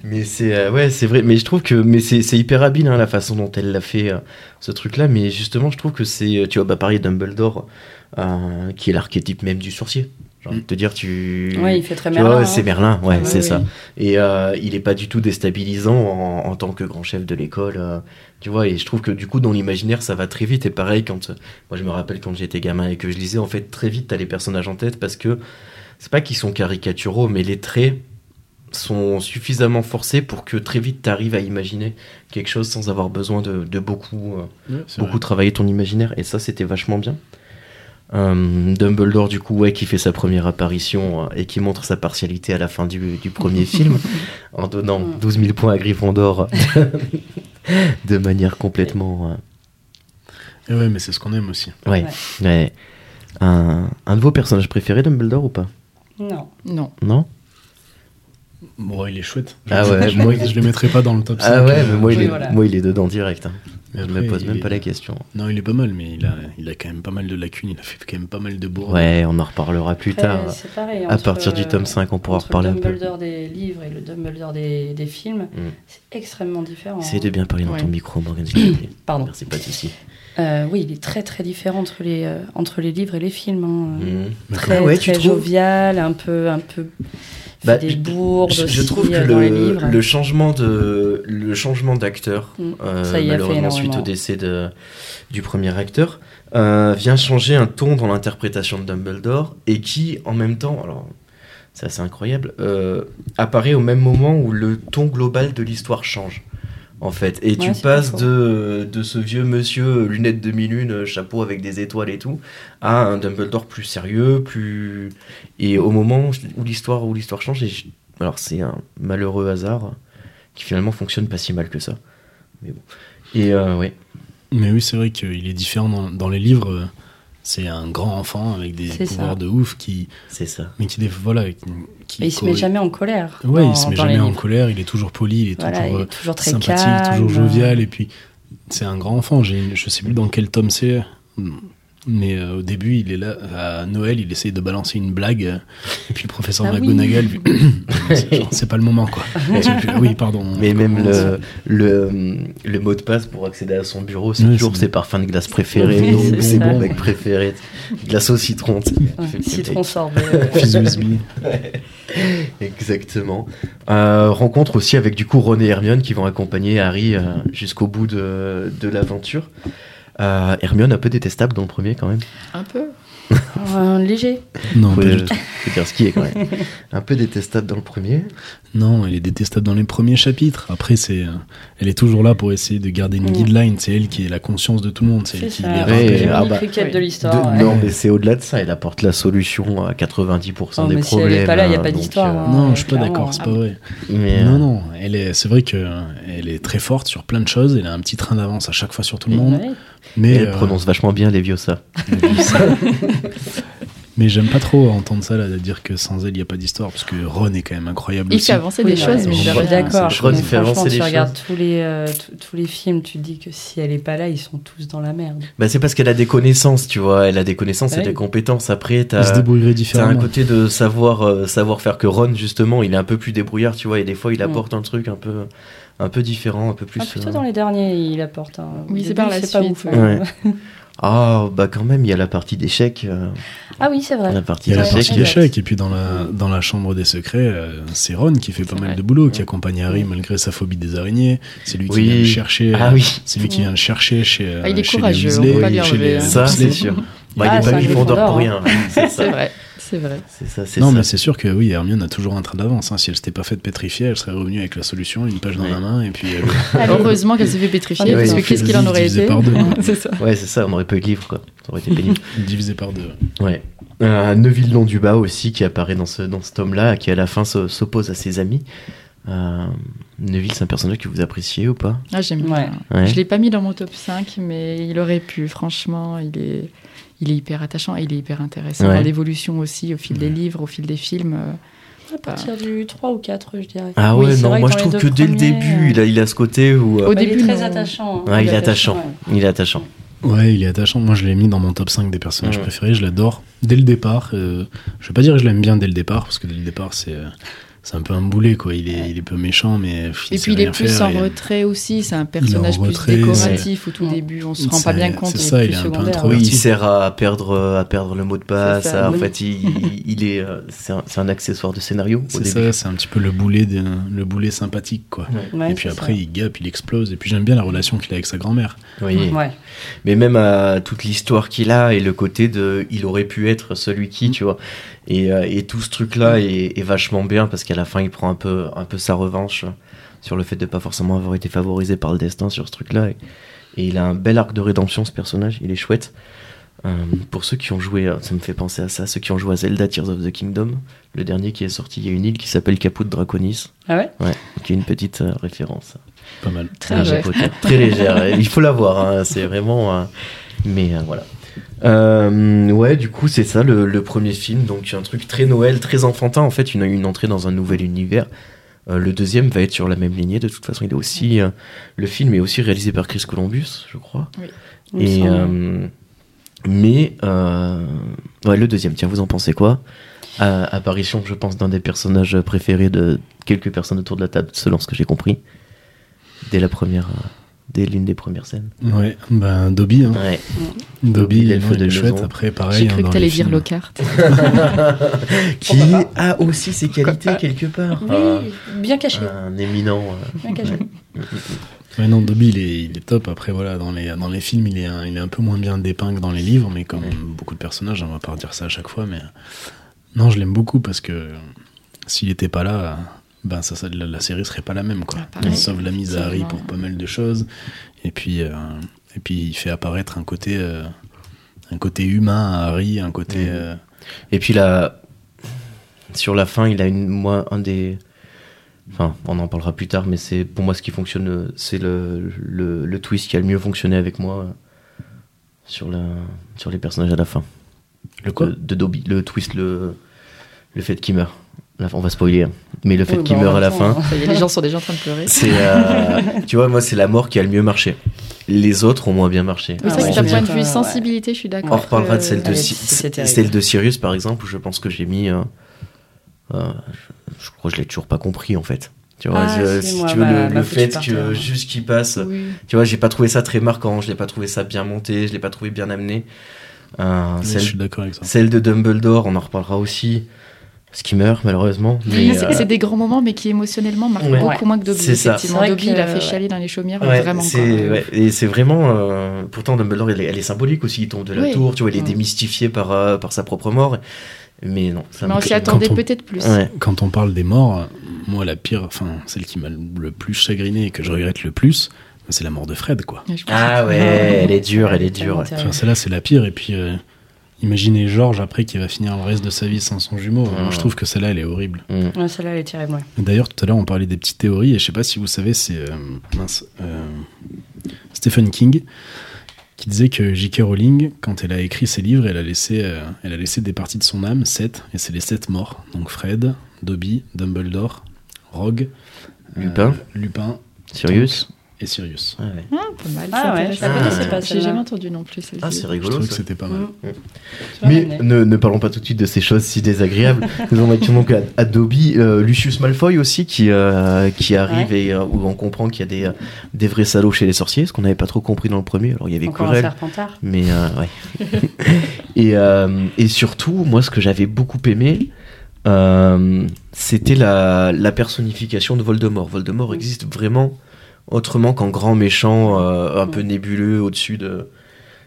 S1: mais c'est euh, ouais, c'est vrai. Mais je trouve que mais c'est c'est hyper habile hein, la façon dont elle l'a fait euh, ce truc-là. Mais justement, je trouve que c'est tu vois bah pareil Dumbledore euh, qui est l'archétype même du sorcier. J'ai envie de te dire tu.
S3: Ouais, il fait très
S1: tu
S3: Merlin.
S1: vois,
S3: hein.
S1: c'est Merlin, ouais,
S4: Ah bah
S1: c'est
S4: oui.
S1: ça. Et euh, il est pas du tout déstabilisant en, en tant que grand chef de l'école, euh, tu vois. Et je trouve que du coup, dans l'imaginaire, ça va très vite. Et pareil, quand euh, moi je me rappelle quand j'étais gamin et que je lisais, en fait, très vite, t'as les personnages en tête parce que c'est pas qu'ils sont caricaturaux, mais les traits sont suffisamment forcés pour que très vite t'arrives à imaginer quelque chose sans avoir besoin de, de beaucoup. euh,
S2: Ouais, c'est
S1: beaucoup
S2: vrai.
S1: travailler ton imaginaire et ça c'était vachement bien. Euh, Dumbledore du coup ouais qui fait sa première apparition euh, et qui montre sa partialité à la fin du, du
S3: (laughs)
S1: premier film en donnant
S3: Mm.
S1: 12 000 points à Gryffondor (laughs) de manière complètement
S2: Et ouais, mais c'est ce qu'on aime aussi.
S1: euh, ouais. Ouais. Un, un de vos personnages préférés Dumbledore ou pas
S3: Non.
S4: Non.
S1: non
S2: Bon, il est chouette.
S1: Ah ouais,
S2: je,
S1: moi,
S2: (laughs) moi, je le mettrai pas dans le top 5.
S1: ah ouais mais moi il,
S3: Oui,
S1: est,
S3: voilà.
S1: moi il est dedans direct hein.
S2: mais
S1: je
S2: après,
S1: me pose
S2: il
S1: même
S2: est-
S1: pas la question
S2: Non, il est pas mal, mais il a, il a quand même pas mal de lacunes. Il a fait quand même pas mal de bourdes.
S1: ouais on en reparlera plus
S3: Après,
S1: tard
S3: c'est pareil,
S1: à
S3: entre,
S1: partir du
S3: euh,
S1: tome 5 on pourra
S3: entre
S1: reparler un
S3: Le
S1: peu
S3: Dumbledore des livres et le Dumbledore des, des films, c'est extrêmement différent.
S1: essaye de
S3: hein.
S1: bien parler dans ton
S4: Ouais.
S1: micro Morgan s'il
S3: (coughs)
S1: te plaît.
S3: Pardon.
S1: merci pas de soucis
S3: Euh, oui, il est très très différent entre les, euh, entre les livres et les films. hein.
S2: Mais
S3: Très,
S1: Ah Mm. ouais, tu
S3: très
S1: trouves
S3: jovial, un peu. Un peu il
S1: Bah,
S3: fait
S1: je-
S3: des bourdes
S1: Je, je
S3: aussi,
S1: trouve que
S3: euh, dans les
S1: le,
S3: livres.
S1: le changement de le changement d'acteur,
S3: Mm.
S1: euh,
S3: Ça y a fait
S1: malheureusement suite
S3: énormément.
S1: au décès de, du premier acteur, euh, vient changer un ton dans l'interprétation de Dumbledore et qui, en même temps, alors c'est assez incroyable, euh, apparaît au même moment où le ton global de l'histoire change. En fait, et tu
S3: Ouais, c'est pas
S1: passes
S3: faux.
S1: de, de ce vieux monsieur euh, lunettes demi-lune, chapeau avec des étoiles et tout, à un Dumbledore plus sérieux, plus et au moment où l'histoire où l'histoire change, et je- alors c'est un malheureux hasard qui finalement fonctionne pas si mal que ça. Mais bon. Et euh, ouais.
S2: Mais oui, c'est vrai qu'il est différent dans, dans les livres. euh, C'est un grand enfant avec des
S3: C'est ça.
S2: pouvoirs de ouf qui,
S1: C'est ça.
S2: mais qui des- voilà, qui, qui
S3: Et il se
S2: co-
S3: met jamais en colère.
S2: Ouais,
S3: dans-
S2: il se met
S3: dans les
S2: jamais en
S3: livres.
S2: colère. Il est toujours poli, il est
S3: Voilà,
S2: toujours
S3: il
S2: euh,
S3: est toujours très
S2: sympathique,
S3: calme.
S2: toujours jovial. Et puis c'est un grand enfant. J'ai, je sais plus dans quel tome c'est. Mais euh, au début, il est là à Noël, il essaye de balancer une blague, euh, et puis le professeur
S3: Ah oui.
S1: (laughs)
S2: McGonagall, lui- (clears throat) c'est, genre, c'est pas le moment quoi. Tu- tu- oui, pardon.
S1: Mais
S2: on
S1: même
S2: recommence.
S1: le, le, le mot de passe pour accéder à son bureau, c'est
S2: Ouais,
S1: toujours
S2: c'est-
S1: ses parfums de glace préférés,
S3: Oui, c'est
S1: ses
S3: ça.
S1: bons mecs préférés, glace au citron. tu sais.
S3: Ouais,
S1: Tu fais-
S3: Citron sort
S1: (laughs)
S2: Fils
S3: de.
S2: USB.
S1: Exactement. Euh, rencontre aussi avec du coup Ron et Hermione qui vont accompagner Harry euh, jusqu'au bout de, de l'aventure. Euh, Hermione un peu détestable dans le premier quand même.
S4: Un peu.
S3: Oh, Un léger.
S2: Non,
S1: Faut,
S2: pas du
S1: euh, faut dire ce qui est quand même. un peu détestable dans le premier.
S2: Non, elle est détestable dans les premiers chapitres. Après, c'est, euh, elle est toujours là pour essayer de garder une
S3: Mm.
S2: guideline. C'est elle qui est la conscience de tout le monde. C'est elle
S3: C'est
S2: qui
S3: ça.
S2: les
S1: Ouais,
S2: rappelle.
S1: ah
S3: le
S1: bah,
S3: cricket
S4: oui.
S3: de l'histoire.
S1: De-
S3: ouais.
S1: Non, mais c'est au-delà de ça. Elle apporte la solution à 90%
S3: Oh,
S1: des
S3: mais si elle est
S1: problèmes.
S3: pas là, y a
S1: hein,
S3: pas
S1: donc,
S3: d'histoire,
S1: euh,
S3: hein.
S2: Non,
S3: ouais,
S2: je suis pas
S3: clairement.
S2: d'accord. C'est pas
S3: Ah.
S2: vrai.
S1: mais,
S2: Non,
S1: euh,
S2: non. Elle est, c'est vrai que euh, elle est très forte sur plein de choses. Elle a un petit train d'avance à chaque fois sur tout le monde.
S3: Ouais.
S2: Mais,
S1: elle
S2: euh,
S1: prononce vachement bien les vieux ça.
S2: mais j'aime pas trop entendre ça là, de dire que sans elle, il y a pas d'histoire, parce que Ron est quand même incroyable
S4: Il
S2: aussi.
S4: fait avancer
S3: Oui,
S4: des
S3: ouais,
S4: choses, mais
S3: je
S4: il
S1: on
S4: fait
S1: va-
S3: suis
S4: rien.
S3: d'accord.
S1: Je crois
S3: mais
S1: qu'il fait avancer
S3: franchement,
S1: les
S3: tu regardes
S1: choses.
S3: tous les, euh, tous- tous les films, tu te dis que si elle est pas là, ils sont tous dans la merde.
S1: Bah, c'est parce qu'elle a des connaissances, tu vois. Elle a des connaissances et
S3: Ouais.
S1: des compétences. Après,
S2: Il se
S1: t'as.
S2: débrouillerait
S1: T'as un
S2: différemment.
S1: côté de savoir euh, savoir faire que Ron justement il est un peu plus débrouillard tu vois et des fois il apporte un truc un peu un peu différent un peu plus
S3: Ah, Mm. plutôt
S1: euh,
S3: dans les derniers, il apporte hein. un.
S4: Oui,
S3: au
S4: c'est
S3: début,
S4: par la
S3: pas
S4: suite,
S3: ouf,
S4: ouais.
S3: hein.
S1: Ouais. ah bah quand même il y a la partie d'échecs euh,
S3: (laughs) Ah oui, c'est vrai.
S1: la partie
S2: Il y a la
S3: Ouais,
S2: partie
S1: d'échecs
S3: ouais.
S2: d'échec, et puis dans la, dans la chambre des secrets, euh, c'est Ron qui fait pas
S4: C'est
S2: mal
S4: vrai.
S2: de boulot, qui accompagne Harry malgré sa phobie des araignées. C'est lui
S1: Oui.
S2: qui vient le chercher. euh,
S1: ah oui
S2: C'est lui qui vient le chercher chez, euh,
S4: Ah, il est
S2: chez les
S4: courageux,
S2: Weasley,
S1: on peut pas
S4: lui
S2: chez les
S4: enlever, hein.
S1: ça
S2: Weasley.
S1: c'est sûr bah,
S3: Ah,
S1: il est
S3: c'est
S1: pas
S3: un
S1: Gryffondor pour
S3: Gryffondor, (laughs)
S1: rien c'est
S4: C'est
S1: ça
S4: vrai, c'est vrai.
S1: c'est ça c'est
S2: Non,
S1: ça
S2: mais c'est sûr que oui, Hermione a toujours un train d'avance. hein. Si elle s'était pas faite pétrifier, elle serait revenue avec la solution, une page dans
S1: Ouais.
S2: la main, et puis euh, elle-
S4: Heureusement qu'elle s'est fait pétrifier,
S3: Ouais,
S4: parce que
S3: ouais.
S4: (laughs) qu'est-ce qu'il en aurait
S2: Divisé
S4: été
S2: par deux, quoi.
S4: (laughs) C'est ça.
S1: ouais c'est ça on aurait pas eu de livre quoi ça aurait été
S2: (laughs)
S1: pénible
S2: divisée par deux.
S1: ouais euh, Neville Londubat aussi qui apparaît dans ce dans ce tome là qui à la fin se- s'oppose à ses amis Euh, Neville, c'est un personnage que vous appréciez ou pas
S4: Ah, j'aime
S3: Ouais.
S4: bien.
S1: Ouais.
S4: Je l'ai pas mis dans mon top 5, mais il aurait pu. Franchement, il est, il est hyper attachant et il est hyper intéressant.
S1: Ouais.
S4: L'évolution aussi au fil des
S2: Ouais.
S4: livres, au fil des films. euh,
S3: À partir du 3 ou 4, je dirais.
S1: Ah
S3: Oui,
S1: ouais,
S3: c'est
S1: non,
S3: vrai
S1: moi
S3: dans
S1: je
S3: les
S1: trouve que
S3: deux
S1: dès le
S3: premiers,
S1: début,
S3: euh,
S1: il, a, il a ce côté où. euh,
S4: Au
S3: bah, il
S4: début,
S3: est très
S4: non.
S3: attachant. hein.
S1: ouais, il
S4: il
S1: est
S4: est
S1: attachant.
S3: attachant,
S1: Il est attachant.
S2: Ouais, il est attachant. Moi, je l'ai mis dans mon top 5 des personnages
S1: Ouais.
S2: préférés. Je l'adore dès le départ. euh, je vais pas dire que je l'aime bien dès le départ, parce que dès le départ, c'est euh, c'est un peu un boulet, quoi. Il est, il est peu méchant, mais. pff, il
S4: Et
S2: sait
S4: puis il est
S2: rien
S4: plus
S2: faire,
S4: en
S2: et-
S4: retrait aussi, c'est un personnage plus
S2: retrait,
S4: décoratif au tout
S3: Ouais.
S4: début, on se rend
S2: C'est-
S4: pas bien compte,
S2: c'est ça, il
S4: il est plus
S2: est un peu
S4: secondaire.
S1: Oui,
S2: introverti.
S1: il sert à perdre, euh, à perdre le mot de passe.
S4: C'est ça,
S1: à- En
S4: oui.
S1: fait, il, il est, euh, c'est un, c'est un accessoire de scénario au
S2: C'est
S1: début.
S2: ça, c'est un petit peu le boulet, des- le boulet sympathique, quoi.
S3: Ouais,
S2: et puis
S3: c'est
S2: après, il gape, il explose. Et puis j'aime bien la relation qu'il a avec sa grand-mère.
S1: Oui.
S3: ça. Ouais.
S1: Mais même à toute l'histoire qu'il a et le côté de il aurait pu être celui qui, tu vois. Et, euh, et tout ce truc-là est, est vachement bien parce qu'à la fin, il prend un peu, un peu sa revanche sur le fait de pas forcément avoir été favorisé par le destin sur ce truc-là. Et, et il a un bel arc de rédemption, ce personnage. Il est chouette. Euh, pour ceux qui ont joué, euh, ça me fait penser à ça, ceux qui ont joué à Zelda Tears of the Kingdom, le dernier qui est sorti, il y a une île qui s'appelle Caput Draconis,
S3: Ah ouais
S1: ouais, qui est une petite euh, référence
S2: Pas mal.
S4: Très
S1: à Harry
S2: hein,
S4: vrai.
S1: Potter. Ah, hein. Très légère. Il faut la voir. hein, C'est vraiment. euh, Mais euh, voilà. Euh, ouais, du coup, c'est ça le, le premier film. Donc, un truc très Noël, très enfantin. En fait, une, une entrée dans un nouvel univers. Euh, le deuxième va être sur la même lignée. De toute façon, il est aussi. euh, le film est aussi réalisé par Chris Columbus, je crois.
S3: il me
S1: Et,
S3: semble.
S1: euh, mais. euh, ouais, le deuxième, tiens, vous en pensez quoi Euh, Apparition, je pense, d'un des personnages préférés de quelques personnes autour de la table, selon ce que j'ai compris. Dès la première. euh, dès l'une des premières scènes.
S2: Ouais, ben Dobby, hein.
S1: Ouais.
S2: Dobby,
S1: Dobby,
S2: il,
S1: l'elfe
S2: non, il
S1: de
S2: est
S1: maison.
S2: chouette. Après, pareil.
S4: J'ai
S2: hein,
S4: cru que
S2: dans
S4: t'allais
S2: les
S4: dire
S2: films.
S4: Lockhart.
S1: Qui
S3: Pourquoi
S1: a aussi ses qualités quelque part. Un-
S3: Oui, bien caché.
S1: Un éminent. euh,
S3: Bien caché.
S2: Ouais, non, Dobby, il est, il est top. Après, voilà, dans les, dans les films, il est, un, il est un peu moins bien dépeint que dans les livres, mais comme
S1: Ouais.
S2: beaucoup de personnages, hein, on va pas redire ça à chaque fois, mais non, je l'aime beaucoup parce que euh, s'il était pas là, euh, ben ça, ça- la, la série serait pas la même, quoi.
S4: Ah, pareil.
S2: il sauve la mise à Harry
S4: Absolument.
S2: pour pas mal de choses, et puis, euh, et puis il fait apparaître un côté, euh, un côté humain à Harry, un côté.
S1: Ouais.
S2: euh,
S1: Et puis là, sur la fin, il a une, moi, un des. Enfin, on en parlera plus tard, mais c'est pour moi ce qui fonctionne, euh, c'est le, le, le twist qui a le mieux fonctionné avec moi euh, sur, la, sur les personnages à la fin.
S2: le quoi
S1: de, de Dobby, le twist, le, le fait qu'il meurt. Là, on va spoiler, hein. mais le fait
S3: Oui,
S1: qu'il
S3: bah, en
S1: meurt à la
S3: même
S1: fin,
S3: temps, hein.
S4: (laughs) Ça y est, les gens sont déjà en train de pleurer.
S1: c'est. euh, (laughs) tu vois, moi, c'est la mort qui a le mieux marché. Les autres ont moins bien marché.
S3: Ah
S4: Oui, ça
S3: ouais.
S4: c'est un point de
S3: Ouais.
S4: vue sensibilité, je suis
S1: On
S4: d'accord.
S1: reparlera de celle de,
S4: Euh,
S1: Si-
S3: c'est terrible.
S1: celle de Sirius, par exemple, où je pense que j'ai mis. euh, euh, je, je crois que je l'ai toujours pas compris, en fait. Tu vois,
S3: Ah,
S1: je-
S3: si,
S1: si
S3: moi,
S1: tu veux,
S4: bah,
S3: ma-
S1: le,
S3: ma
S1: le
S3: foutue
S1: fait
S3: partie,
S1: que
S3: hein.
S1: juste qu'il passe.
S4: Oui.
S1: Tu vois, j'ai pas trouvé ça très marquant, je l'ai pas trouvé ça bien monté, je l'ai pas trouvé bien amené. Euh,
S2: Ouais, Je
S1: celle,
S2: suis d'accord avec ça.
S1: celle de Dumbledore, on en reparlera aussi. Parce qu'il meurt, malheureusement. Mais,
S4: C'est
S1: euh,
S4: c'est des grands moments, mais qui émotionnellement marquent
S1: Ouais.
S4: beaucoup moins que Dobby.
S1: C'est ça.
S4: Effectivement,
S3: C'est vrai
S4: Dobby,
S3: que-
S4: il a fait chialer dans les chaumières, mais
S1: ouais,
S4: vraiment.
S1: c'est-
S4: quoi.
S1: ouais, et c'est vraiment. euh, pourtant, Dumbledore, elle est, elle est symbolique aussi. Il tombe de la
S4: Oui.
S1: tour, tu vois, il est
S3: Mm.
S1: démystifié par, euh, par sa propre mort. Mais non, ça
S4: Mais
S1: me-
S4: on s'y attendait
S2: on-
S4: peut-être plus.
S1: Ouais.
S2: quand on parle des morts, euh, moi, la pire, enfin, celle qui m'a le plus chagriné et que je regrette le plus, c'est la mort de Fred, quoi.
S4: Je pense
S1: Ah
S4: que-
S1: ouais, elle est dure, elle est dure. ouais.
S2: Enfin, celle-là, c'est la pire. Et puis, euh, imaginez Georges après qui va finir le reste de sa vie sans son jumeau.
S1: Ah.
S2: Moi, je trouve que celle-là, elle est horrible.
S1: Mm.
S3: Ouais, Celle-là, elle est terrible. ouais.
S2: Et D'ailleurs, tout à l'heure, on parlait des petites théories. Et je sais pas si vous savez, c'est euh, mince, euh, Stephen King qui disait que J.K. Rowling, quand elle a écrit ses livres, elle a laissé, euh, elle a laissé des parties de son âme, sept, et c'est les sept morts. Donc Fred, Dobby, Dumbledore, Rogue, euh,
S1: Lupin.
S2: Lupin
S1: Sirius
S2: et Sirius.
S1: Ah ouais.
S4: Ah, Pas mal.
S3: Ah
S4: c'est
S3: ouais, je
S4: intéressant.
S1: la connaissais
S3: pas,
S4: J'ai
S3: celle-là.
S4: jamais entendu non plus celle-ci.
S1: Ah, c'est
S2: Je
S1: rigolo.
S2: trouvais que
S1: ça.
S2: c'était pas mal.
S3: Mm. Tu vas
S1: Mais
S3: l'amener.
S1: ne, ne parlons pas tout de suite de ces choses si désagréables. Nous en étions donc à, à Dobby, euh, Lucius Malfoy aussi qui, euh, qui arrive et euh, où on comprend qu'il y a des, euh, des vrais salauds chez les sorciers, ce qu'on n'avait pas trop compris dans le premier. Alors il y avait
S3: Encore un
S1: Quirrell,
S3: serpentard.
S1: mais euh, ouais. (laughs) et, euh, et surtout, moi, ce que j'avais beaucoup aimé, euh, c'était la, la personnification de Voldemort. Voldemort existe vraiment autrement qu'en grand méchant, euh, un peu nébuleux au-dessus de.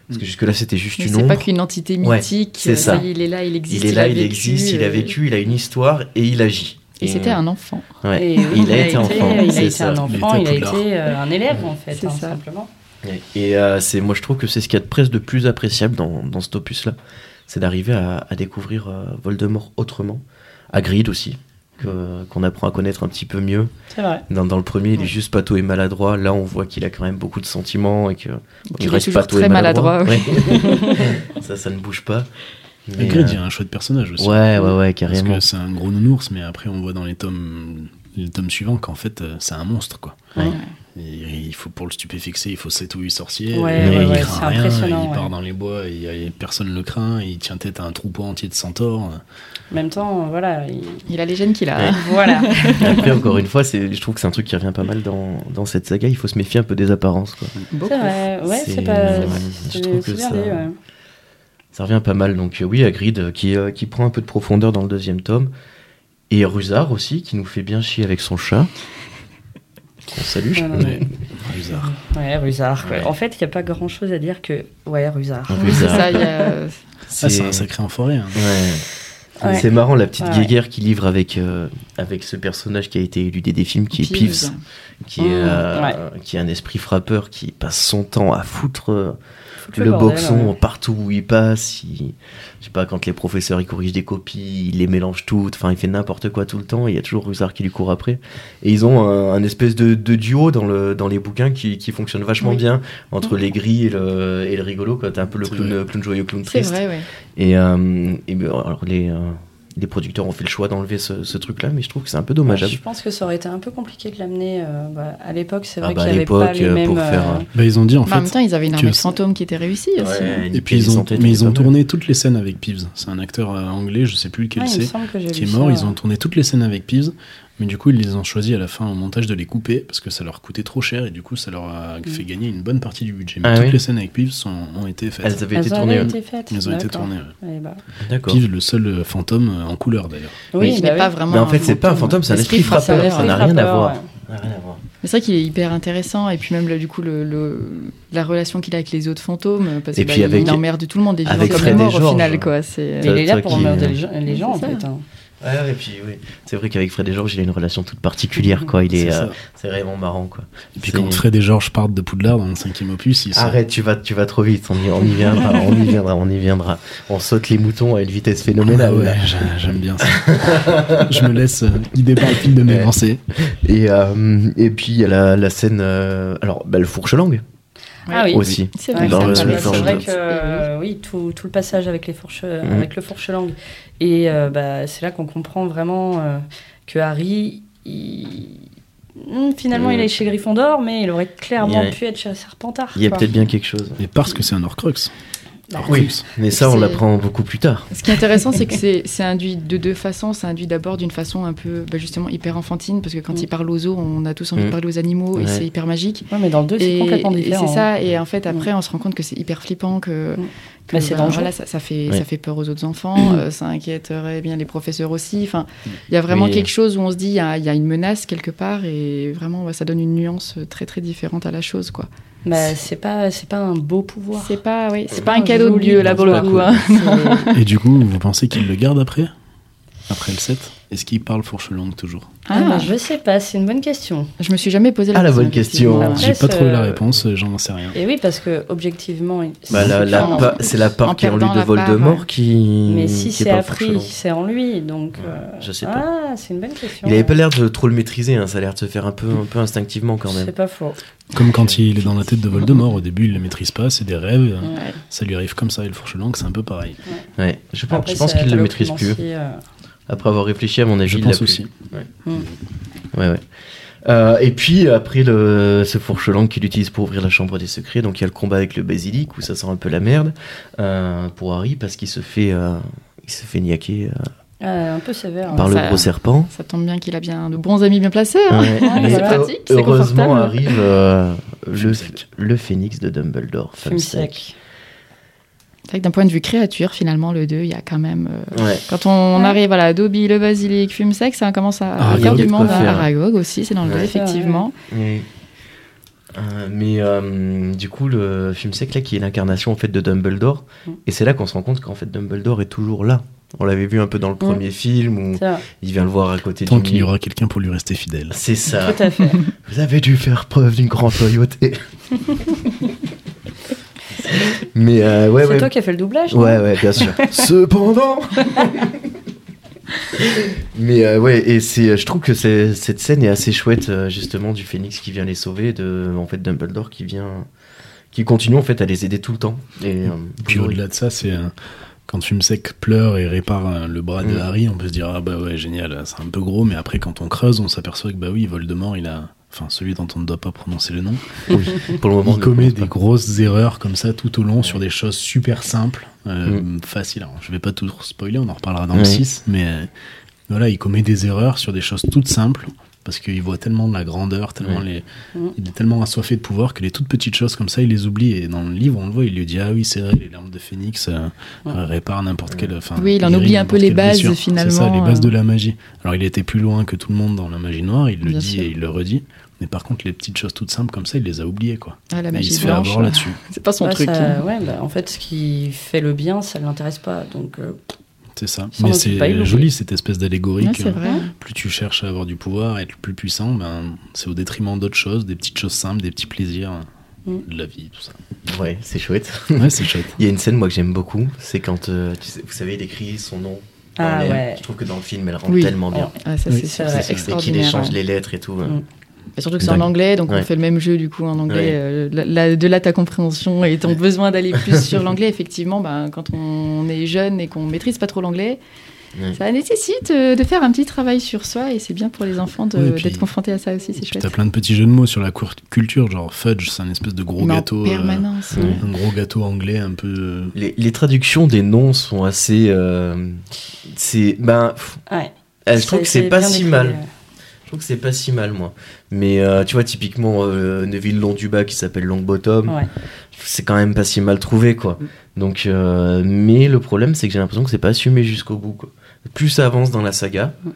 S1: Parce que jusque-là, c'était juste
S4: Mm. Mais
S1: une
S4: c'est pas
S1: ombre.
S4: qu'une entité
S1: Ouais,
S4: mythique.
S1: c'est
S4: euh,
S1: ça.
S4: y est, il est là, il existe.
S1: Il est là,
S4: a
S1: il,
S4: vécu,
S1: existe, il a
S4: euh,
S1: vécu, euh, il a une histoire et il agit.
S4: Et c'était un enfant.
S1: Ouais.
S3: Et oui,
S1: il a été enfant.
S3: Il a
S1: c'est
S3: été
S1: ça.
S3: un enfant,
S2: Il
S3: il
S2: était
S3: a
S2: Poudlard.
S3: été euh, un élève, en fait,
S4: C'est
S3: hein,
S4: ça.
S3: simplement.
S1: Et euh, c'est, moi, je trouve que c'est ce qu'il y a de presque de plus appréciable dans, dans cet opus-là. C'est d'arriver à, à découvrir euh, Voldemort autrement. Hagrid aussi. que- qu'on apprend à connaître un petit peu mieux.
S3: C'est vrai.
S1: Dans, dans le premier, il est
S3: Ouais.
S1: juste pâteau et maladroit. Là, on voit qu'il a quand même beaucoup de sentiments et que
S4: Qu'il est
S1: reste
S4: toujours
S1: pâteau et
S4: très maladroit. oui. (laughs)
S1: Ouais. ça, ça ne bouge pas. Mais,
S2: Malgré, il y
S1: euh,
S2: a un chouette personnage aussi.
S1: ouais, ouais, ouais,
S2: Parce
S1: carrément.
S2: que c'est un gros nounours, mais après on voit dans les tomes, les tomes suivants qu'en fait euh, c'est un monstre quoi.
S3: Ouais.
S2: Il il faut pour le stupéfixer, il faut 7 ou 8 sorciers.
S3: Ouais,
S2: euh,
S1: ouais,
S2: il
S1: ouais,
S2: craint
S3: c'est
S2: rien,
S3: impressionnant,
S2: Il
S3: ouais.
S2: part dans les bois, il, il- personne le craint, il tient tête à un troupeau entier de centaures.
S3: En même temps, euh, voilà.
S1: (laughs)
S3: il-
S4: Il a les gènes qu'il a.
S3: Voilà.
S1: Après, encore une fois, c'est, je trouve que c'est un truc qui revient pas mal dans, dans cette saga. Il faut se méfier un peu des apparences. Quoi.
S4: Beaucoup.
S3: C'est vrai. Ouais,
S1: C'est-
S3: c'est pas.
S1: je
S3: c'est-
S1: trouve
S3: C'est
S1: que
S3: bien
S1: ça-
S3: dit, ouais.
S1: Ça revient pas mal. Donc, euh, oui, Hagrid euh, qui, euh, qui prend un peu de profondeur dans le deuxième tome. Et Ruzard aussi qui nous fait bien chier avec son chat. On salue, je
S3: Non, non,
S1: crois.
S2: Mais, (laughs) bizarre.
S3: Ouais, Rusard. quoi.
S1: Ouais.
S3: En fait, il n'y a pas grand chose à dire que. Ouais, Rusard.
S1: Un
S4: Oui, c'est
S1: Ruzard.
S4: ça, il y a- euh,
S2: Ah, c'est un sacré enfoiré. hein.
S1: Ouais.
S3: Ouais.
S1: C'est marrant la petite
S3: Ouais.
S1: guéguerre qu'il livre avec, euh, avec ce personnage qui a été élu des, des films qui est Peeves, qui, est,
S3: Mmh.
S1: euh, qui a un esprit frappeur qui passe son temps à foutre euh,
S3: Foutre
S1: le,
S3: bordel, hein.
S1: boxon
S3: ouais.
S1: partout où il passe. Il, je sais pas, quand les professeurs ils corrigent des copies, il les mélange toutes, enfin il fait n'importe quoi tout le temps, et il y a toujours Ruzard qui lui court après. Et ils ont un, un espèce de, de duo dans, le, dans les bouquins qui, qui fonctionne vachement
S4: Oui.
S1: bien entre les gris et le, et le rigolo, quoi. T'as un peu le
S2: C'est
S1: clown,
S2: vrai.
S1: clown joyeux, clown
S4: C'est
S1: triste.
S4: vrai, ouais.
S1: Et, euh, et ben, alors les, euh, les producteurs ont fait le choix d'enlever ce, ce truc-là, mais je trouve que c'est un peu dommageable.
S3: Ah, Je pense que ça aurait été un peu compliqué de l'amener. euh, bah, à l'époque, c'est
S1: Ah
S3: vrai
S1: bah, à
S3: qu'il n'y avait pas
S1: l'époque,
S3: les
S1: euh,
S3: mêmes.
S1: pour faire,
S3: euh,
S1: euh,
S2: Bah, ils ont dit en
S4: Mais en même
S2: fait.
S4: temps, ils avaient une
S2: tu
S4: armée
S2: veux-
S4: de fantômes qui était réussie aussi. hein.
S2: Et puis Euh, ils ont, mais ils ont tourné toutes les scènes avec Peeves. C'est un acteur euh, anglais, je sais plus lequel
S3: ouais, il me
S2: c'est,
S3: semble que j'ai
S2: qui est
S3: vu ça,
S2: mort.
S3: ouais.
S2: Ils ont tourné toutes les scènes avec Peeves, mais du coup ils les ont choisis à la fin au montage de les couper parce que ça leur coûtait trop cher et du coup ça leur
S3: Mm.
S2: a fait gagner une bonne partie du budget. Mais
S1: Ah
S2: toutes
S1: oui.
S2: les scènes avec Peeves sont- ont été faites.
S1: Elles avaient
S3: Elles
S1: été
S3: ont
S1: tournées.
S3: été faites.
S2: Elles ont été
S3: d'accord.
S2: tournées. ouais.
S3: Eh bah.
S1: euh, D'accord.
S2: Peeves, le seul euh, fantôme euh, en couleur d'ailleurs.
S3: Oui,
S4: il
S3: bah
S4: n'est
S3: oui.
S4: pas vraiment.
S1: Mais en fait, c'est pas un fantôme, c'est un esprit frappeur.
S4: frappeur,
S1: Ça n'a
S3: Esprit
S1: rien à
S3: frappeur,
S1: voir.
S3: ouais.
S1: Ça n'a rien à voir.
S4: Mais c'est vrai qu'il est hyper intéressant et puis même le- du coup le, le- la relation qu'il a avec les autres fantômes parce
S1: Et
S4: qu'il bah,
S1: puis
S4: il
S1: avec-
S4: emmerde tout le monde et vivant
S1: avec
S4: comme
S1: Fred
S4: les
S1: et
S4: morts au
S1: Georges.
S4: final quoi. C'est
S3: Mais il est là
S1: Toi
S3: pour
S1: qui- euh,
S3: emmerder les gens- les gens, en
S4: C'est
S3: fait. hein.
S1: Ouais, ouais, et puis, oui. C'est vrai qu'avec Fred et Georges, il a une relation toute particulière, quoi. Il est,
S2: C'est
S1: euh,
S2: ça.
S1: c'est vraiment marrant, quoi.
S2: Et puis
S1: C'est-
S2: quand Fred et Georges partent de Poudlard dans le cinquième opus, ils sont-
S1: Arrête, tu vas, tu vas trop vite. On y, on y viendra, on y viendra, on y viendra. On saute les moutons à une vitesse
S2: Ah
S1: phénoménale.
S2: ouais, j'a- j'aime bien
S1: (laughs)
S2: ça. Je me laisse euh, guider par le fil de mes
S1: Ouais.
S2: pensées.
S1: Et, euh, et puis, il y a la, la scène. euh, alors, bah, le fourche-langue
S3: Ah oui.
S1: aussi.
S4: C'est
S3: Ouais,
S4: vrai,
S1: Dans
S3: ça
S1: le-
S3: me parle.
S1: dans
S3: C'est
S1: le-
S3: vrai que euh, oui, tout, tout le passage avec les fourches,
S1: Mhm.
S3: avec le fourche-langue, et euh, bah, c'est là qu'on comprend vraiment euh, que Harry, il- Hmm, finalement,
S1: Mhm.
S3: il est chez Gryffondor, mais il aurait clairement
S1: Il y a-
S3: pu être chez Serpentard.
S1: Il y a
S3: quoi.
S1: peut-être bien quelque chose.
S2: Mais parce que c'est un Horcrux.
S1: Oui, mais ça, on
S4: C'est-
S1: l'apprend beaucoup plus tard.
S4: Ce qui est intéressant, c'est que c'est c'est induit de deux façons. C'est induit d'abord d'une façon un peu bah, justement hyper enfantine, parce que quand
S3: Mm.
S4: il parle aux os, on a tous envie
S1: Mm.
S4: de parler aux animaux
S1: Ouais.
S4: et c'est hyper magique.
S3: Ouais, mais dans le 2, c'est
S4: Et-
S3: complètement
S4: et
S3: différent.
S4: c'est ça. Et en fait, après,
S3: Mm.
S4: on se rend compte que c'est hyper flippant, que,
S3: Mm.
S4: que,
S3: Bah, c'est
S4: voilà,
S3: dangereux.
S4: voilà, ça, ça fait,
S1: Oui. Mm.
S4: ça fait peur aux autres enfants, euh, ça inquiéterait bien les professeurs aussi. Enfin, il y a vraiment
S1: Oui.
S4: quelque chose où on se dit, il y, a il y a une menace quelque part, et vraiment, ouais, ça donne une nuance euh, très très différente à la chose, quoi.
S3: Bah, c'est pas, c'est pas un beau pouvoir. (laughs)
S4: C'est pas, ouais, c'est
S3: C'est
S4: pas
S3: pas
S4: un cadeau de
S3: joli,
S4: Dieu là
S1: non,
S4: pour
S1: c'est
S4: le
S1: pas
S4: coup.
S1: cool.
S4: hein.
S3: C'est-
S2: Et du coup, vous pensez qu'il le garde après Après le 7 Est-ce qu'il parle fourche longue toujours
S3: Ah, bah,
S4: Ah,
S3: je sais pas, c'est une bonne question.
S4: je me suis jamais posé la
S1: Ah, la
S4: question.
S1: bonne question.
S4: effectivement.
S3: Après,
S2: J'ai pas
S3: c'est-
S2: trouvé la réponse, euh, j'en sais rien.
S3: Et oui, parce que objectivement, il-
S1: Bah,
S3: c'est
S1: la, la
S3: différent.
S1: pa- c'est la part
S4: En
S1: qui est en lui
S4: perdant
S1: de
S4: la part,
S1: Voldemort
S4: ouais.
S1: qui.
S3: Mais si
S1: qui est
S3: c'est
S1: pas
S3: appris,
S1: fourchelon.
S3: c'est en lui, donc. euh,
S1: Je sais pas.
S3: Ah, c'est une bonne question.
S1: Il avait pas l'air de trop le maîtriser, hein, ça a l'air de se faire un peu, un peu instinctivement quand même.
S3: C'est pas faux.
S2: Comme quand il est dans la tête de Voldemort, au début il le maîtrise pas, c'est des rêves,
S4: Ah,
S2: euh,
S3: Ouais.
S2: ça lui arrive comme ça, et le fourche langue c'est un peu pareil.
S1: Ouais, je pense,
S3: Après,
S1: je pense
S3: c'est
S1: qu'il
S3: la
S1: le maîtrise plus.
S3: télécromancie, euh,
S1: Après avoir réfléchi, à mon avis,
S2: Je
S1: il l'a
S2: pense
S1: plus.
S2: aussi.
S1: Ouais, ouais. Euh, et puis après le, ce fourche-langue qu'il utilise pour ouvrir la chambre des secrets, donc il y a le combat avec le basilic où ça sent un peu la merde euh, pour Harry parce qu'il se fait, euh, il se fait niaquer euh,
S3: euh, un peu sévère. hein.
S1: par le
S4: Ah, ça-
S1: gros serpent.
S4: Ça tombe bien qu'il a bien de bons amis bien placés. hein.
S1: Ouais, mais
S4: c'est
S1: heu-
S4: pratique, c'est
S1: heureusement
S4: confortable.
S1: arrive euh, le,
S2: Fumsec.
S1: le phénix de Dumbledore,
S3: Fume
S1: Fumsec.
S3: sec.
S4: C'est vrai que d'un point de vue créature, finalement, le 2, il y a quand même. euh,
S1: Ouais.
S4: Quand on
S3: Ouais.
S4: arrive à la Dobby, le basilic, fume sec, ça commence à
S2: Ah,
S4: à
S2: il y a
S4: faire
S2: de
S4: du
S1: quoi
S4: monde
S1: faire.
S4: à Aragog aussi, c'est dans le
S1: Ouais.
S4: dos, effectivement.
S1: Et, euh, mais euh, du coup, le Fumsec, là, qui est l'incarnation en fait de Dumbledore,
S3: Mm.
S1: et c'est là qu'on se rend compte qu'en fait Dumbledore est toujours là. On l'avait vu un peu dans le premier film où
S3: Ça,
S1: il vient le voir à côté
S2: Tant
S1: du
S2: qu'il y aura quelqu'un pour lui rester fidèle.
S1: C'est ça.
S3: Tout
S1: (laughs)
S3: à fait.
S1: Vous avez dû faire preuve d'une grande loyauté. mais euh, ouais,
S3: c'est
S1: ouais. euh,
S3: toi qui as fait le doublage non
S1: (laughs) Ouais, ouais, bien sûr. Cependant. (laughs) Mais euh, ouais, et c'est, je trouve que c'est- cette scène est assez chouette, euh, justement, du Phénix qui vient les sauver, de en fait Dumbledore qui vient, qui continue en fait à les aider tout le temps. Et euh, (laughs)
S2: Puis
S1: toujours,
S2: au-delà de ça, c'est euh, quand Fumsec pleure et répare euh, le bras de
S1: Mm.
S2: Harry, on peut se dire ah bah ouais génial, c'est un peu gros, mais après quand on creuse, on s'aperçoit que bah oui Voldemort il a, enfin celui dont on ne doit pas prononcer le nom,
S1: il- pour le moment, on
S2: on
S1: ne
S2: commet
S1: comprend
S2: des
S1: pas.
S2: grosses erreurs comme ça tout au long sur des choses super simples, euh, faciles. Alors, je vais pas tout spoiler, on en reparlera dans le
S1: Mm. Ouais.
S2: 6, mais euh, voilà, il commet des erreurs sur des choses toutes simples parce qu'il voit tellement de la grandeur, tellement les...
S3: Mm.
S2: il est tellement assoiffé de pouvoir que les toutes petites choses comme ça, il les oublie. Et dans le livre, on le voit, il lui dit Ah oui, c'est vrai, les larmes de phénix euh,
S3: Ouais.
S2: euh, réparent n'importe quelle. enfin,
S4: Oui, il en
S2: guérit
S4: oublie un
S2: n'importe
S4: peu les
S2: quelle
S4: bases,
S2: blessure. C'est ça, les
S4: finalement,
S2: bases
S4: euh.
S2: de la magie. Alors, il était plus loin que tout le monde dans la magie noire, il le
S4: Bien
S2: dit
S4: sûr.
S2: et il le redit. Mais par contre, les petites choses toutes simples comme ça, il les a oubliées, quoi.
S4: Ah, la
S2: Mais il
S4: magie
S2: se fait
S4: blanche.
S2: avoir là-dessus.
S4: (laughs) C'est pas son
S3: Bah,
S4: truc.
S3: ça-
S4: hein.
S3: ouais, bah, en fait, ce qui fait le bien, ça ne l'intéresse pas. Donc, euh,
S2: C'est ça.
S3: Sans
S2: Mais
S3: notre paille,
S2: c'est
S3: donc.
S2: joli cette espèce d'allégorie
S4: Ouais,
S2: que
S4: c'est vrai.
S2: plus tu cherches à avoir du pouvoir, à être le plus puissant, ben, c'est au détriment d'autres choses, des petites choses simples, des petits plaisirs
S3: Mm.
S2: de la vie, tout
S4: (laughs)
S2: ça.
S1: Ouais, c'est chouette.
S2: Ouais, c'est chouette.
S1: Il y a une scène moi que j'aime beaucoup, c'est quand euh, tu sais- vous savez, il écrit son nom. dans
S3: Ah
S1: l'air.
S3: ouais.
S1: Je trouve que dans le film, elle rend
S4: Oui.
S1: tellement bien.
S4: Ah, ça,
S2: Oui,
S4: c'est
S2: c'est
S4: sûr,
S3: vrai. Et
S4: c'est
S1: Et qu'il
S4: extraordinaire.
S1: échange
S4: ouais.
S1: les lettres et tout. ouais.
S3: Mm.
S4: Et Bah, surtout que c'est en
S2: Dingue.
S4: anglais, donc
S1: Ouais.
S4: on fait le même jeu du coup en anglais.
S1: Ouais.
S4: Euh, la- la- de là ta compréhension et ton besoin d'aller plus sur l'anglais, effectivement, ben, quand on est jeune et qu'on maîtrise pas trop l'anglais,
S1: Ouais.
S4: ça nécessite euh, de faire un petit travail sur soi et c'est bien pour les enfants de-
S2: Oui, et
S4: d'être
S2: puis-
S4: confrontés à ça aussi, c'est
S2: Puis T'as
S4: chouette.
S2: plein de petits jeux de mots sur la cour- culture, genre fudge, c'est un espèce de gros
S4: Mais
S2: gâteau.
S4: en
S2: euh,
S4: permanence.
S1: ouais.
S4: ouais.
S2: un gros gâteau anglais un peu. euh,
S1: Les, les traductions des noms sont assez. euh, c'est. Ben. pff,
S3: ouais.
S1: euh, je trouve que c'est pas
S3: bien
S1: si
S3: décrit,
S1: mal.
S3: euh.
S1: Je trouve que c'est pas si mal, moi. Mais euh, tu vois, typiquement, euh, Neville Londuba qui s'appelle Longbottom,
S3: euh, Ouais.
S1: c'est quand même pas si mal trouvé, quoi.
S4: Mm.
S1: Donc, euh, mais le problème, c'est que j'ai l'impression que c'est pas assumé jusqu'au bout, quoi. Plus ça avance dans la saga,
S4: Mm.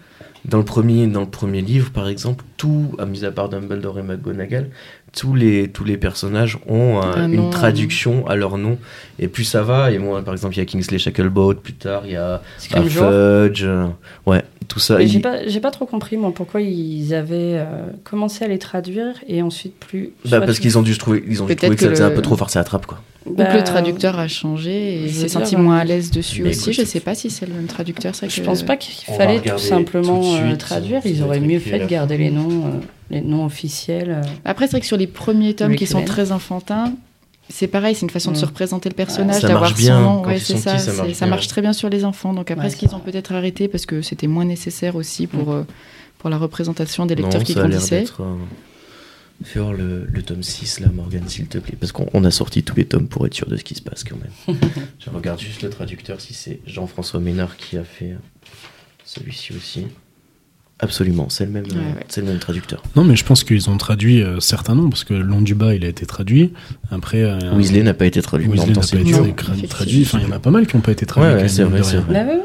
S1: dans le premier, dans le premier livre, par exemple, tout, à mis à part Dumbledore et McGonagall, tous les, tous les personnages ont euh,
S4: Un
S1: une
S4: nom, euh.
S1: traduction à leur nom. Et plus ça va, et moi, par exemple, il y a Kingsley Shacklebolt, plus tard, il y a
S3: C'est
S1: bah,
S3: comme jour.
S1: Fudge, euh, ouais, tout ça.
S3: Mais
S1: il-
S3: J'ai pas, j'ai pas trop compris, moi, pourquoi ils avaient euh, commencé à les traduire et ensuite plus.
S1: Bah, parce qu'ils ont dû se trouver, ils ont dû
S4: Peut-être
S1: trouver que,
S4: que
S1: ça faisait
S4: le-
S1: un peu trop farce à la trappe, quoi.
S4: Ou
S3: Bah,
S4: que le traducteur a changé et
S3: je veux
S4: s'est senti
S3: dire,
S4: moins
S3: ouais.
S4: à l'aise dessus
S1: Mais
S4: aussi.
S1: écoute,
S4: Je sais pas si c'est le même traducteur. c'est vrai
S3: Je
S4: que-
S3: pense pas qu'il
S1: On va
S3: fallait tout
S1: regarder
S3: simplement
S1: tout de
S3: euh,
S1: suite,
S3: traduire.
S1: si- si
S3: Ils
S1: le
S3: auraient
S1: truc
S3: mieux
S1: est
S3: fait
S1: là.
S3: de garder les noms, euh, les noms officiels. euh.
S4: Après, c'est vrai que sur les premiers tomes
S3: Lui
S4: qui
S3: qui
S4: sont
S3: l'aime.
S4: très enfantins, c'est pareil, c'est une façon de se
S3: Mm.
S4: représenter le personnage,
S1: Ça
S4: d'avoir
S1: marche bien,
S4: son nom.
S1: quand
S4: Ouais,
S1: ils
S4: c'est
S1: sont
S4: ça,
S1: petits, ça
S4: c'est-
S1: marche
S4: ça
S1: bien.
S4: marche très bien sur les enfants. Donc après,
S3: Ouais,
S4: ce qu'ils
S3: c'est
S4: ont
S3: vrai.
S4: peut-être arrêté parce que c'était moins nécessaire aussi pour, euh, pour la représentation des lecteurs
S1: Mm. non,
S4: qui
S1: ça a l'air
S4: grandissaient.
S1: d'être. euh, Faire le, le tome 6, là, Morgan, s'il te plaît. Parce qu'on on a sorti tous les tomes pour être sûr de ce qui se passe, quand même. Je
S2: (laughs)
S1: regarde juste le traducteur, si c'est Jean-François Ménard qui a fait euh, celui-ci aussi. Absolument, c'est le, même, euh,
S4: Ouais, ouais.
S1: c'est le même traducteur.
S2: Non, mais je pense qu'ils ont traduit euh, certains noms, parce que Londuba, il a été traduit. Après. euh,
S1: Weasley n'a pas été traduit. mais en
S2: Weasley
S1: même
S2: n'a
S1: temps,
S2: pas
S1: c'est
S2: été
S1: dur.
S4: Non.
S2: cra- traduit. Enfin, il y en a pas mal qui n'ont pas été traduits.
S1: Ouais, ouais,
S2: quand
S1: c'est
S2: même,
S1: vrai,
S2: de
S1: c'est vrai.
S2: rien.
S3: Bah oui,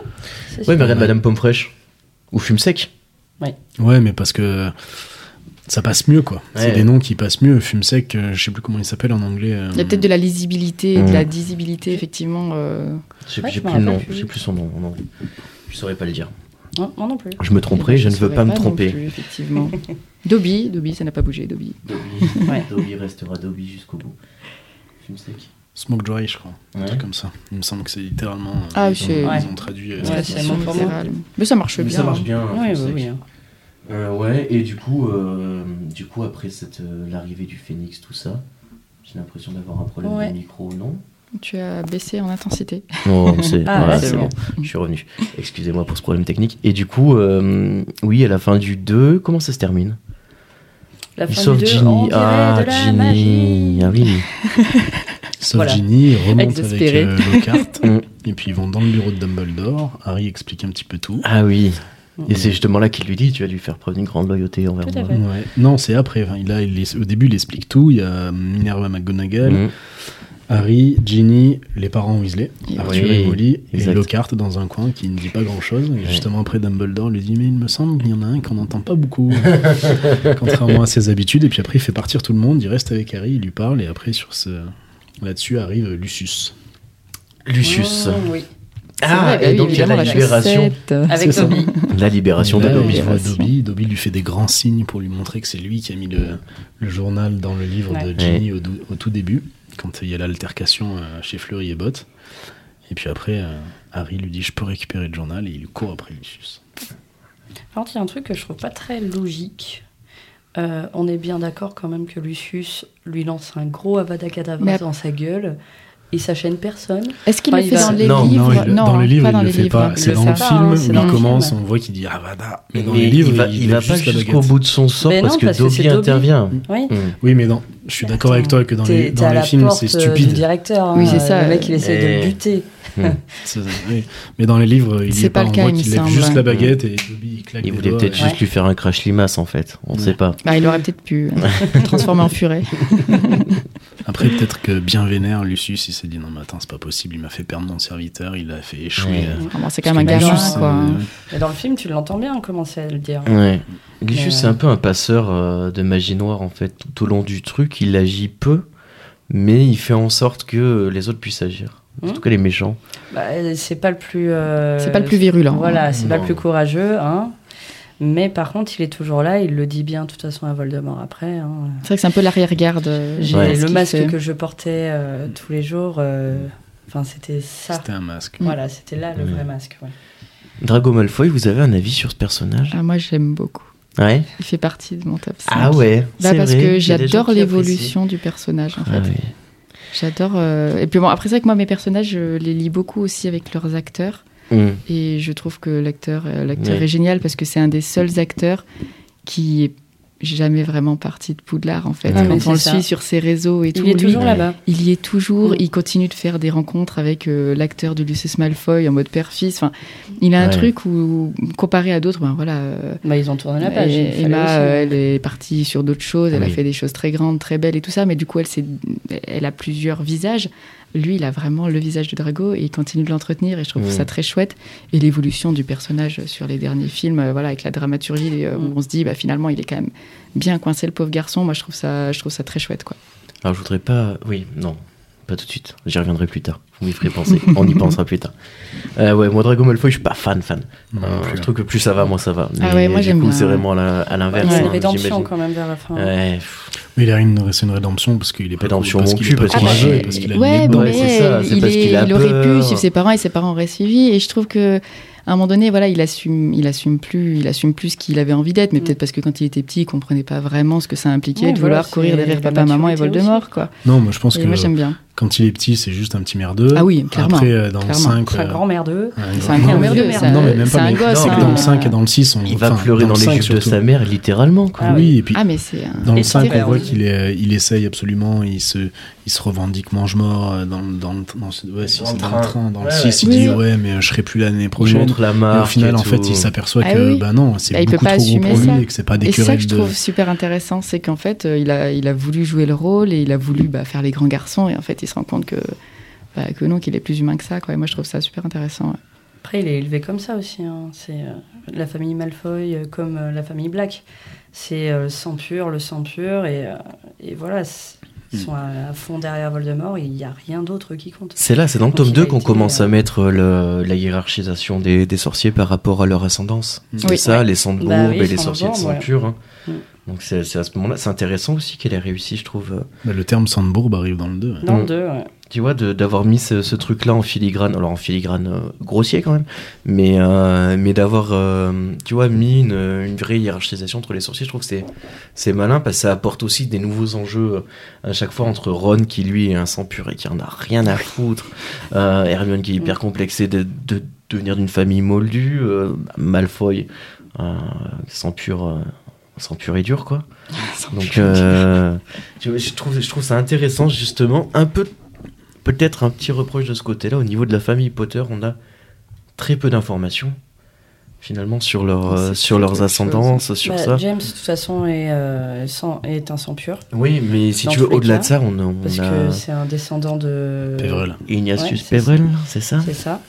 S3: c'est sûr.
S1: Ouais, mais regarde
S2: Ouais.
S1: Madame Pomme Fraîche. Ou Fume Sec.
S2: Ouais, mais parce que ça passe mieux, quoi. C'est
S1: Ouais.
S2: des noms qui passent mieux. Fume sec, euh, je sais plus comment il s'appelle en anglais. euh,
S4: Il y a peut-être de la lisibilité, et de
S1: Mm.
S4: la visibilité, effectivement. euh,
S1: J'ai
S3: Ouais,
S1: j'ai
S3: je m'en
S1: plus le nom,
S3: rappelle plus.
S1: j'ai plus son nom. non. Je saurais pas le dire.
S3: Non, moi non plus.
S1: Je me tromperai, je ne veux
S4: saurais
S1: pas me
S4: non
S1: tromper. (laughs)
S4: plus, effectivement. Dobby, Dobby, ça n'a pas bougé, Dobby.
S1: Dobby,
S3: Ouais.
S1: Dobby restera Dobby jusqu'au bout. Fume sec.
S2: Smoke Dry, je crois. Un
S1: Ouais.
S2: truc comme ça. Il me semble que c'est littéralement. euh,
S4: Ah,
S2: ils,
S4: c'est-
S2: ont, ils
S3: Ouais.
S2: ont traduit. euh,
S3: Ouais,
S2: ça.
S3: c'est mon format.
S4: Littérale. Mais ça marche
S1: Mais
S4: bien.
S1: ça marche
S4: hein.
S1: bien.
S2: Ah,
S3: Oui,
S1: Fume
S3: oui,
S1: Sec.
S3: oui. hein.
S1: Euh, ouais, et du coup, euh, du coup après cette, euh, l'arrivée du phénix, tout ça, j'ai l'impression d'avoir un problème
S3: Ouais.
S1: de micro, non
S4: Tu as baissé en intensité.
S1: Non, c'est
S3: Ah,
S1: voilà,
S3: là, c'est
S1: c'est
S3: bon.
S1: bon. Je suis revenu. Excusez-moi pour ce problème technique. Et du coup, euh, oui, à la fin du 2, comment ça se termine
S3: La
S1: Il
S3: fin
S1: sauve
S3: du deux, on
S1: Ginny.
S3: dirait
S1: Ah,
S3: de la
S1: Ginny.
S3: magie.
S1: Ah oui.
S2: Sauf
S3: Voilà.
S2: Ginny, il remonte avec
S4: Exaspéré.
S2: euh, Lockhart.
S4: (laughs)
S1: Mm.
S2: et puis ils vont dans le bureau de Dumbledore. Harry explique un petit peu tout.
S1: Ah oui.
S3: Mm.
S1: Et c'est justement là qu'il lui dit tu vas lui faire preuve d'une grande loyauté envers
S3: Tout à
S1: moi.
S3: fait.
S2: Ouais. Non, c'est après. Enfin, il a, il est- au début, il explique tout. Il y a euh, Minerva McGonagall,
S1: Mm.
S2: Harry, Ginny, les parents Weasley,
S4: Oui.
S2: Arthur et Molly, et
S1: exact.
S2: Lockhart dans un coin qui ne dit pas grand chose. Et justement, après, Dumbledore lui dit Mais il me semble qu'il y en a un qu'on n'entend
S1: (laughs)
S2: pas beaucoup, contrairement à ses habitudes. Et puis après, il fait partir tout le monde, il reste avec Harry, il lui parle, et après, sur ce. Là-dessus arrive Lucius.
S1: Lucius.
S3: Mmh,
S2: (laughs)
S3: oui.
S1: Ah,
S4: C'est vrai, bah
S1: et
S4: oui,
S1: donc il y a
S4: évidemment,
S1: la libération.
S4: cassette.
S3: Avec
S2: ça.
S3: Dobby.
S1: La libération
S2: Et
S1: de
S2: là,
S1: Dobby.
S2: il voit
S4: Libération.
S2: Dobby. Dobby lui fait des grands signes pour lui montrer que c'est lui qui a mis le, le journal dans le livre
S3: Ouais.
S2: de Ginny au, dou- au tout début, quand il y a l'altercation euh, chez Fleury et Bott. Et puis après, euh, Harry lui dit Je peux récupérer le journal et il court après Lucius.
S3: Par contre, il y a un truc que je trouve pas très logique. Euh, on est bien d'accord quand même que Lucius lui lance un gros avada
S4: Mais
S3: kedavra
S4: ap-
S3: dans sa gueule. Il s'achène personne.
S4: Est-ce qu'il
S3: Enfin,
S4: le
S3: il
S4: fait
S3: va-
S4: dans les
S2: non,
S4: livres
S2: non, il- dans les
S4: hein,
S2: livres,
S4: pas
S2: il
S4: dans
S2: le
S4: les
S2: fait
S4: livres.
S2: pas.
S4: Il
S2: C'est
S4: le
S2: dans
S4: fait
S2: le
S4: pas,
S2: film
S4: hein,
S2: où
S4: c'est
S2: il
S4: dans le
S2: commence,
S4: film.
S2: on voit qu'il dit Ah, voilà. Mais dans
S1: Mais
S2: les livres,
S1: il va, il va
S2: lève
S1: pas
S2: juste la
S1: jusqu'au
S2: baguette.
S1: bout de son sort
S3: Mais
S1: parce
S3: non,
S1: que
S3: parce que c'est
S1: Dobby
S3: Dobby.
S1: intervient.
S3: Oui.
S1: Mm.
S2: Oui, mais non, je suis d'accord avec toi que dans
S3: T'es-
S2: les,
S3: t'es
S2: dans
S3: à
S2: les
S3: la
S2: films,
S3: porte,
S2: c'est
S3: euh, du
S2: stupide.
S3: directeur. hein.
S4: Oui, c'est ça,
S3: Le mec, il
S4: euh,
S3: essaie de
S1: et-
S3: le buter.
S2: C'est ça, oui. Mais dans les livres, il
S4: C'est
S2: est
S4: pas
S2: pas,
S4: le
S2: on
S4: cas,
S2: voit
S4: il me
S2: qu'il lève
S4: semble.
S2: juste la baguette et Dobby il claque
S1: Il
S2: des
S1: voulait
S2: doigts,
S1: peut-être
S2: et-
S1: juste lui faire un crash limace en fait. On
S2: Ouais.
S1: sait pas.
S4: Bah, il aurait peut-être pu (laughs) euh, transformer en furet. (laughs)
S2: Après, peut-être que bien vénère, Lucius, il s'est dit non, mais attends, c'est pas possible, il m'a fait perdre mon serviteur, il l'a fait échouer.
S1: Ouais.
S2: euh,
S4: Ah bon, c'est quand
S2: parce
S4: même un
S2: que
S4: gamin,
S2: Lucius,
S4: quoi.
S2: euh,
S3: Mais dans le film, tu l'entends bien commencer à le dire.
S1: Ouais. Lucius,
S3: Mais,
S1: c'est un peu un passeur euh, de magie noire en fait. Tout au long du truc, il agit peu, mais il fait en sorte que euh, les autres puissent agir. En
S4: Mmh.
S3: Hmm.
S1: tout cas, les méchants.
S3: Bah, c'est pas le plus. euh,
S4: C'est pas le plus virulent.
S3: Voilà, c'est pas le
S1: Non.
S3: plus courageux, hein. Mais par contre, il est toujours là, il le dit bien de toute façon à Voldemort après. hein.
S4: C'est vrai que c'est un peu l'arrière-garde. euh,
S3: J'ai
S1: Ouais.
S4: ce
S3: le
S4: qu'il
S3: masque
S4: fait.
S3: que je portais euh, tous les jours. euh, Enfin, c'était ça.
S2: C'était un masque.
S3: Voilà, c'était là le
S1: Ouais.
S3: vrai masque. ouais.
S1: Drago Malfoy, vous avez un avis sur ce personnage
S4: Ah, moi, j'aime beaucoup.
S1: Ouais.
S4: Il fait partie de mon top 5.
S1: Ah ouais.
S4: Bah,
S1: c'est
S4: parce
S1: vrai,
S4: que
S1: il y a des gens
S4: j'adore
S1: qui
S4: l'évolution du personnage, en fait.
S1: apprécient. Ah ouais.
S4: J'adore. euh, Et puis bon, après, c'est vrai que moi, mes personnages, je les lis beaucoup aussi avec leurs acteurs.
S1: Hmm.
S4: Et je trouve que l'acteur euh, l'acteur
S1: Ouais.
S4: est génial parce que c'est un des seuls acteurs qui est jamais vraiment parti de Poudlard en fait.
S1: Ouais.
S3: Ah, Mais
S4: Quand on
S3: c'est
S4: le
S3: ça.
S4: suit sur ses réseaux et tout,
S3: Il est
S4: lui,
S3: toujours
S1: Ouais.
S3: là-bas.
S4: il y est toujours.
S3: Mm.
S4: Il continue de faire des rencontres avec euh, l'acteur de Lucius Malfoy en mode père-fils. Enfin, il a un
S1: Ouais.
S4: truc où comparé à d'autres, ben voilà. euh,
S3: Bah, ils ont tourné la page. il
S4: et-
S3: fallait
S4: Emma,
S3: aussi.
S4: euh, elle est partie sur d'autres choses, elle a
S1: Oui.
S4: fait des choses très grandes, très belles et tout ça, mais du coup, elle, s'est- elle a plusieurs visages. Lui, il a vraiment le visage de Drago et il continue de l'entretenir et je trouve
S1: Mm.
S4: ça très chouette. Et l'évolution du personnage sur les derniers films, euh, voilà, avec la dramaturgie euh, où
S3: Mm.
S4: on se dit, bah, finalement, il est quand même bien coincé, le pauvre garçon. Moi, je trouve ça, je trouve ça très chouette, quoi.
S1: Alors, je voudrais pas. Oui, non, pas tout de suite. J'y reviendrai plus tard. Vous m'y ferez penser. On y pensera plus tard. Euh, ouais, moi, Drago Malfoy, je suis pas fan, fan.
S2: Non,
S1: Euh,
S2: plus,
S1: je
S2: hein.
S1: trouve que plus ça va, moins ça va.
S4: Ah ouais, moi,
S1: du
S4: j'aime
S1: coup,
S4: bien.
S1: c'est vraiment à la- à
S3: hein. Il
S1: l'inverse.
S3: y a
S1: hein,
S3: une rédemption
S1: j'imagine.
S3: quand même vers la fin.
S1: Ouais, pff,
S2: Mais il a une, c'est une rédemption parce qu'il est pas
S1: Rédemption
S2: cool,
S1: mon
S2: parce qu'il est
S1: cul,
S2: pas
S1: parce
S4: qu'il-
S2: courageux et parce qu'il a
S4: Ah bah, euh, ouais,
S2: une
S1: dedans.
S4: mais
S1: Ouais, c'est ça, c'est
S4: il,
S1: parce
S4: est-
S1: qu'il a
S4: il aurait pu
S1: peur.
S4: suivre ses parents et ses parents auraient suivi. Et je trouve que à un moment donné, voilà, il assume, il assume plus, il assume plus ce qu'il avait envie d'être. Mais
S3: Mm.
S4: peut-être parce que quand il était petit, il comprenait pas vraiment ce que ça impliquait
S3: Ouais,
S4: de vouloir
S3: voilà,
S4: courir
S3: c'est
S4: derrière
S3: la
S4: papa, maman et
S3: maturité
S4: Voldemort,
S3: aussi.
S4: quoi.
S2: Non, moi je pense
S4: Et
S2: que
S4: moi, j'aime bien.
S2: quand il est petit, c'est juste un petit merdeux.
S4: Ah oui, clairement.
S2: Après, euh, dans le
S4: Clairement.
S2: 5.
S3: C'est un
S2: euh,
S3: grand-mère d'eux.
S2: un
S4: C'est un
S2: grand-
S4: grand
S2: non,
S4: merdeux,
S2: mais-
S4: ça.
S2: Non, mais même
S4: C'est
S2: pas.
S4: un
S2: mais-
S4: gosse,
S2: non,
S1: hein.
S2: mais Dans le 5 et dans le 6, on
S1: Il va
S2: enfin,
S1: pleurer
S2: le
S1: dans les
S2: 5
S1: jupes de
S2: surtout.
S1: sa mère, littéralement. Quoi.
S3: Ah ouais.
S2: Oui, et puis
S4: Ah mais c'est un-
S2: Dans le
S3: Et
S2: 5,
S3: Peter
S2: on voit
S3: Pan.
S2: qu'il est, il essaye absolument, il se, il se revendique mange-mort euh, dans, le- dans, le- dans, ce- ouais, si,
S1: Dans
S2: c'est
S1: le
S2: dans
S1: train.
S2: le train. Dans le
S1: Ouais,
S2: 6, il
S4: ouais.
S2: dit
S4: Oui.
S2: Ouais, mais euh, je serai plus là l'année
S1: Il
S2: prochaine.
S1: montre la
S2: Et
S1: marque.
S2: au final,
S1: et
S2: en fait,
S1: tout.
S2: il s'aperçoit
S4: Ah
S2: que
S4: oui.
S2: bah non, c'est
S4: Bah, il peut
S2: beaucoup
S4: pas
S2: trop gros
S4: assumer
S2: pour lui
S4: ça.
S2: et que c'est pas des
S4: Et c'est ça
S2: querelles
S4: que je
S2: de.
S4: trouve super intéressant, c'est qu'en fait, euh, il a, il a voulu jouer le rôle et il a voulu bah, faire les grands garçons et en fait, il se rend compte que, bah, que non, qu'il est plus humain que ça. Quoi. Et moi, je trouve ça super intéressant. ouais.
S3: Après, il est élevé comme ça aussi. hein. C'est euh, la famille Malfoy euh, comme euh, la famille Black. C'est euh, le sang pur, le sang pur. Et, euh, et voilà, c'est-
S1: Hmm.
S3: ils sont à, à fond derrière Voldemort. Il n'y a rien d'autre qui compte.
S1: C'est là, c'est dans le
S3: Quand
S1: tome
S3: il a
S1: 2 qu'on
S3: été,
S1: commence
S3: euh,
S1: à mettre euh, le- la hiérarchisation des, des sorciers par rapport à leur ascendance. C'est
S4: Oui.
S1: ça, les sangs de
S3: Mm. Bah
S1: bourbe
S3: oui,
S1: et les
S3: sangs de
S1: sorciers de
S3: bourbe,
S1: sang
S3: ouais.
S1: pur. hein.
S3: Mm.
S1: Donc c'est c'est à ce moment-là, c'est intéressant aussi qu'elle ait réussi, je trouve. euh,
S2: Bah, le terme Sandbourg arrive dans le hein, 2.
S3: Dans
S1: Mm.
S3: le deux, ouais.
S1: Tu vois, de- d'avoir mis ce, ce truc-là en filigrane, alors en filigrane euh, grossier quand même, mais, euh, mais d'avoir, euh, tu vois, mis une, une vraie hiérarchisation entre les sorciers, je trouve que c'est- c'est malin parce que ça apporte aussi des nouveaux enjeux euh, à chaque fois entre Ron qui lui est un sang pur et qui en a rien à foutre, euh, Hermione qui est hyper complexée de, de devenir d'une famille moldue, euh, Malfoy euh, sang pur. euh, sang pur et dur quoi. Donc euh, je, je trouve je trouve ça intéressant justement un peu peut-être un petit reproche de ce côté-là. Au niveau de la famille Potter, on a très peu d'informations finalement sur, leur, euh,
S4: C'est
S1: sur
S4: peut-être
S1: leurs
S4: autre
S1: ascendances, sur
S3: Bah,
S1: ça.
S3: James, de toute façon, est, euh, sang- est un sang pur.
S1: Oui, mais si
S3: Dans
S1: tu veux,
S3: tous les
S1: au-delà
S3: cas,
S1: de ça, on, a- on
S3: Parce
S1: a
S3: que c'est un descendant
S4: Euh,
S3: de.
S2: Pévrel.
S1: Ignatius
S3: Ouais, c'est ça.
S1: Pevrel, c'est ça
S3: C'est ça.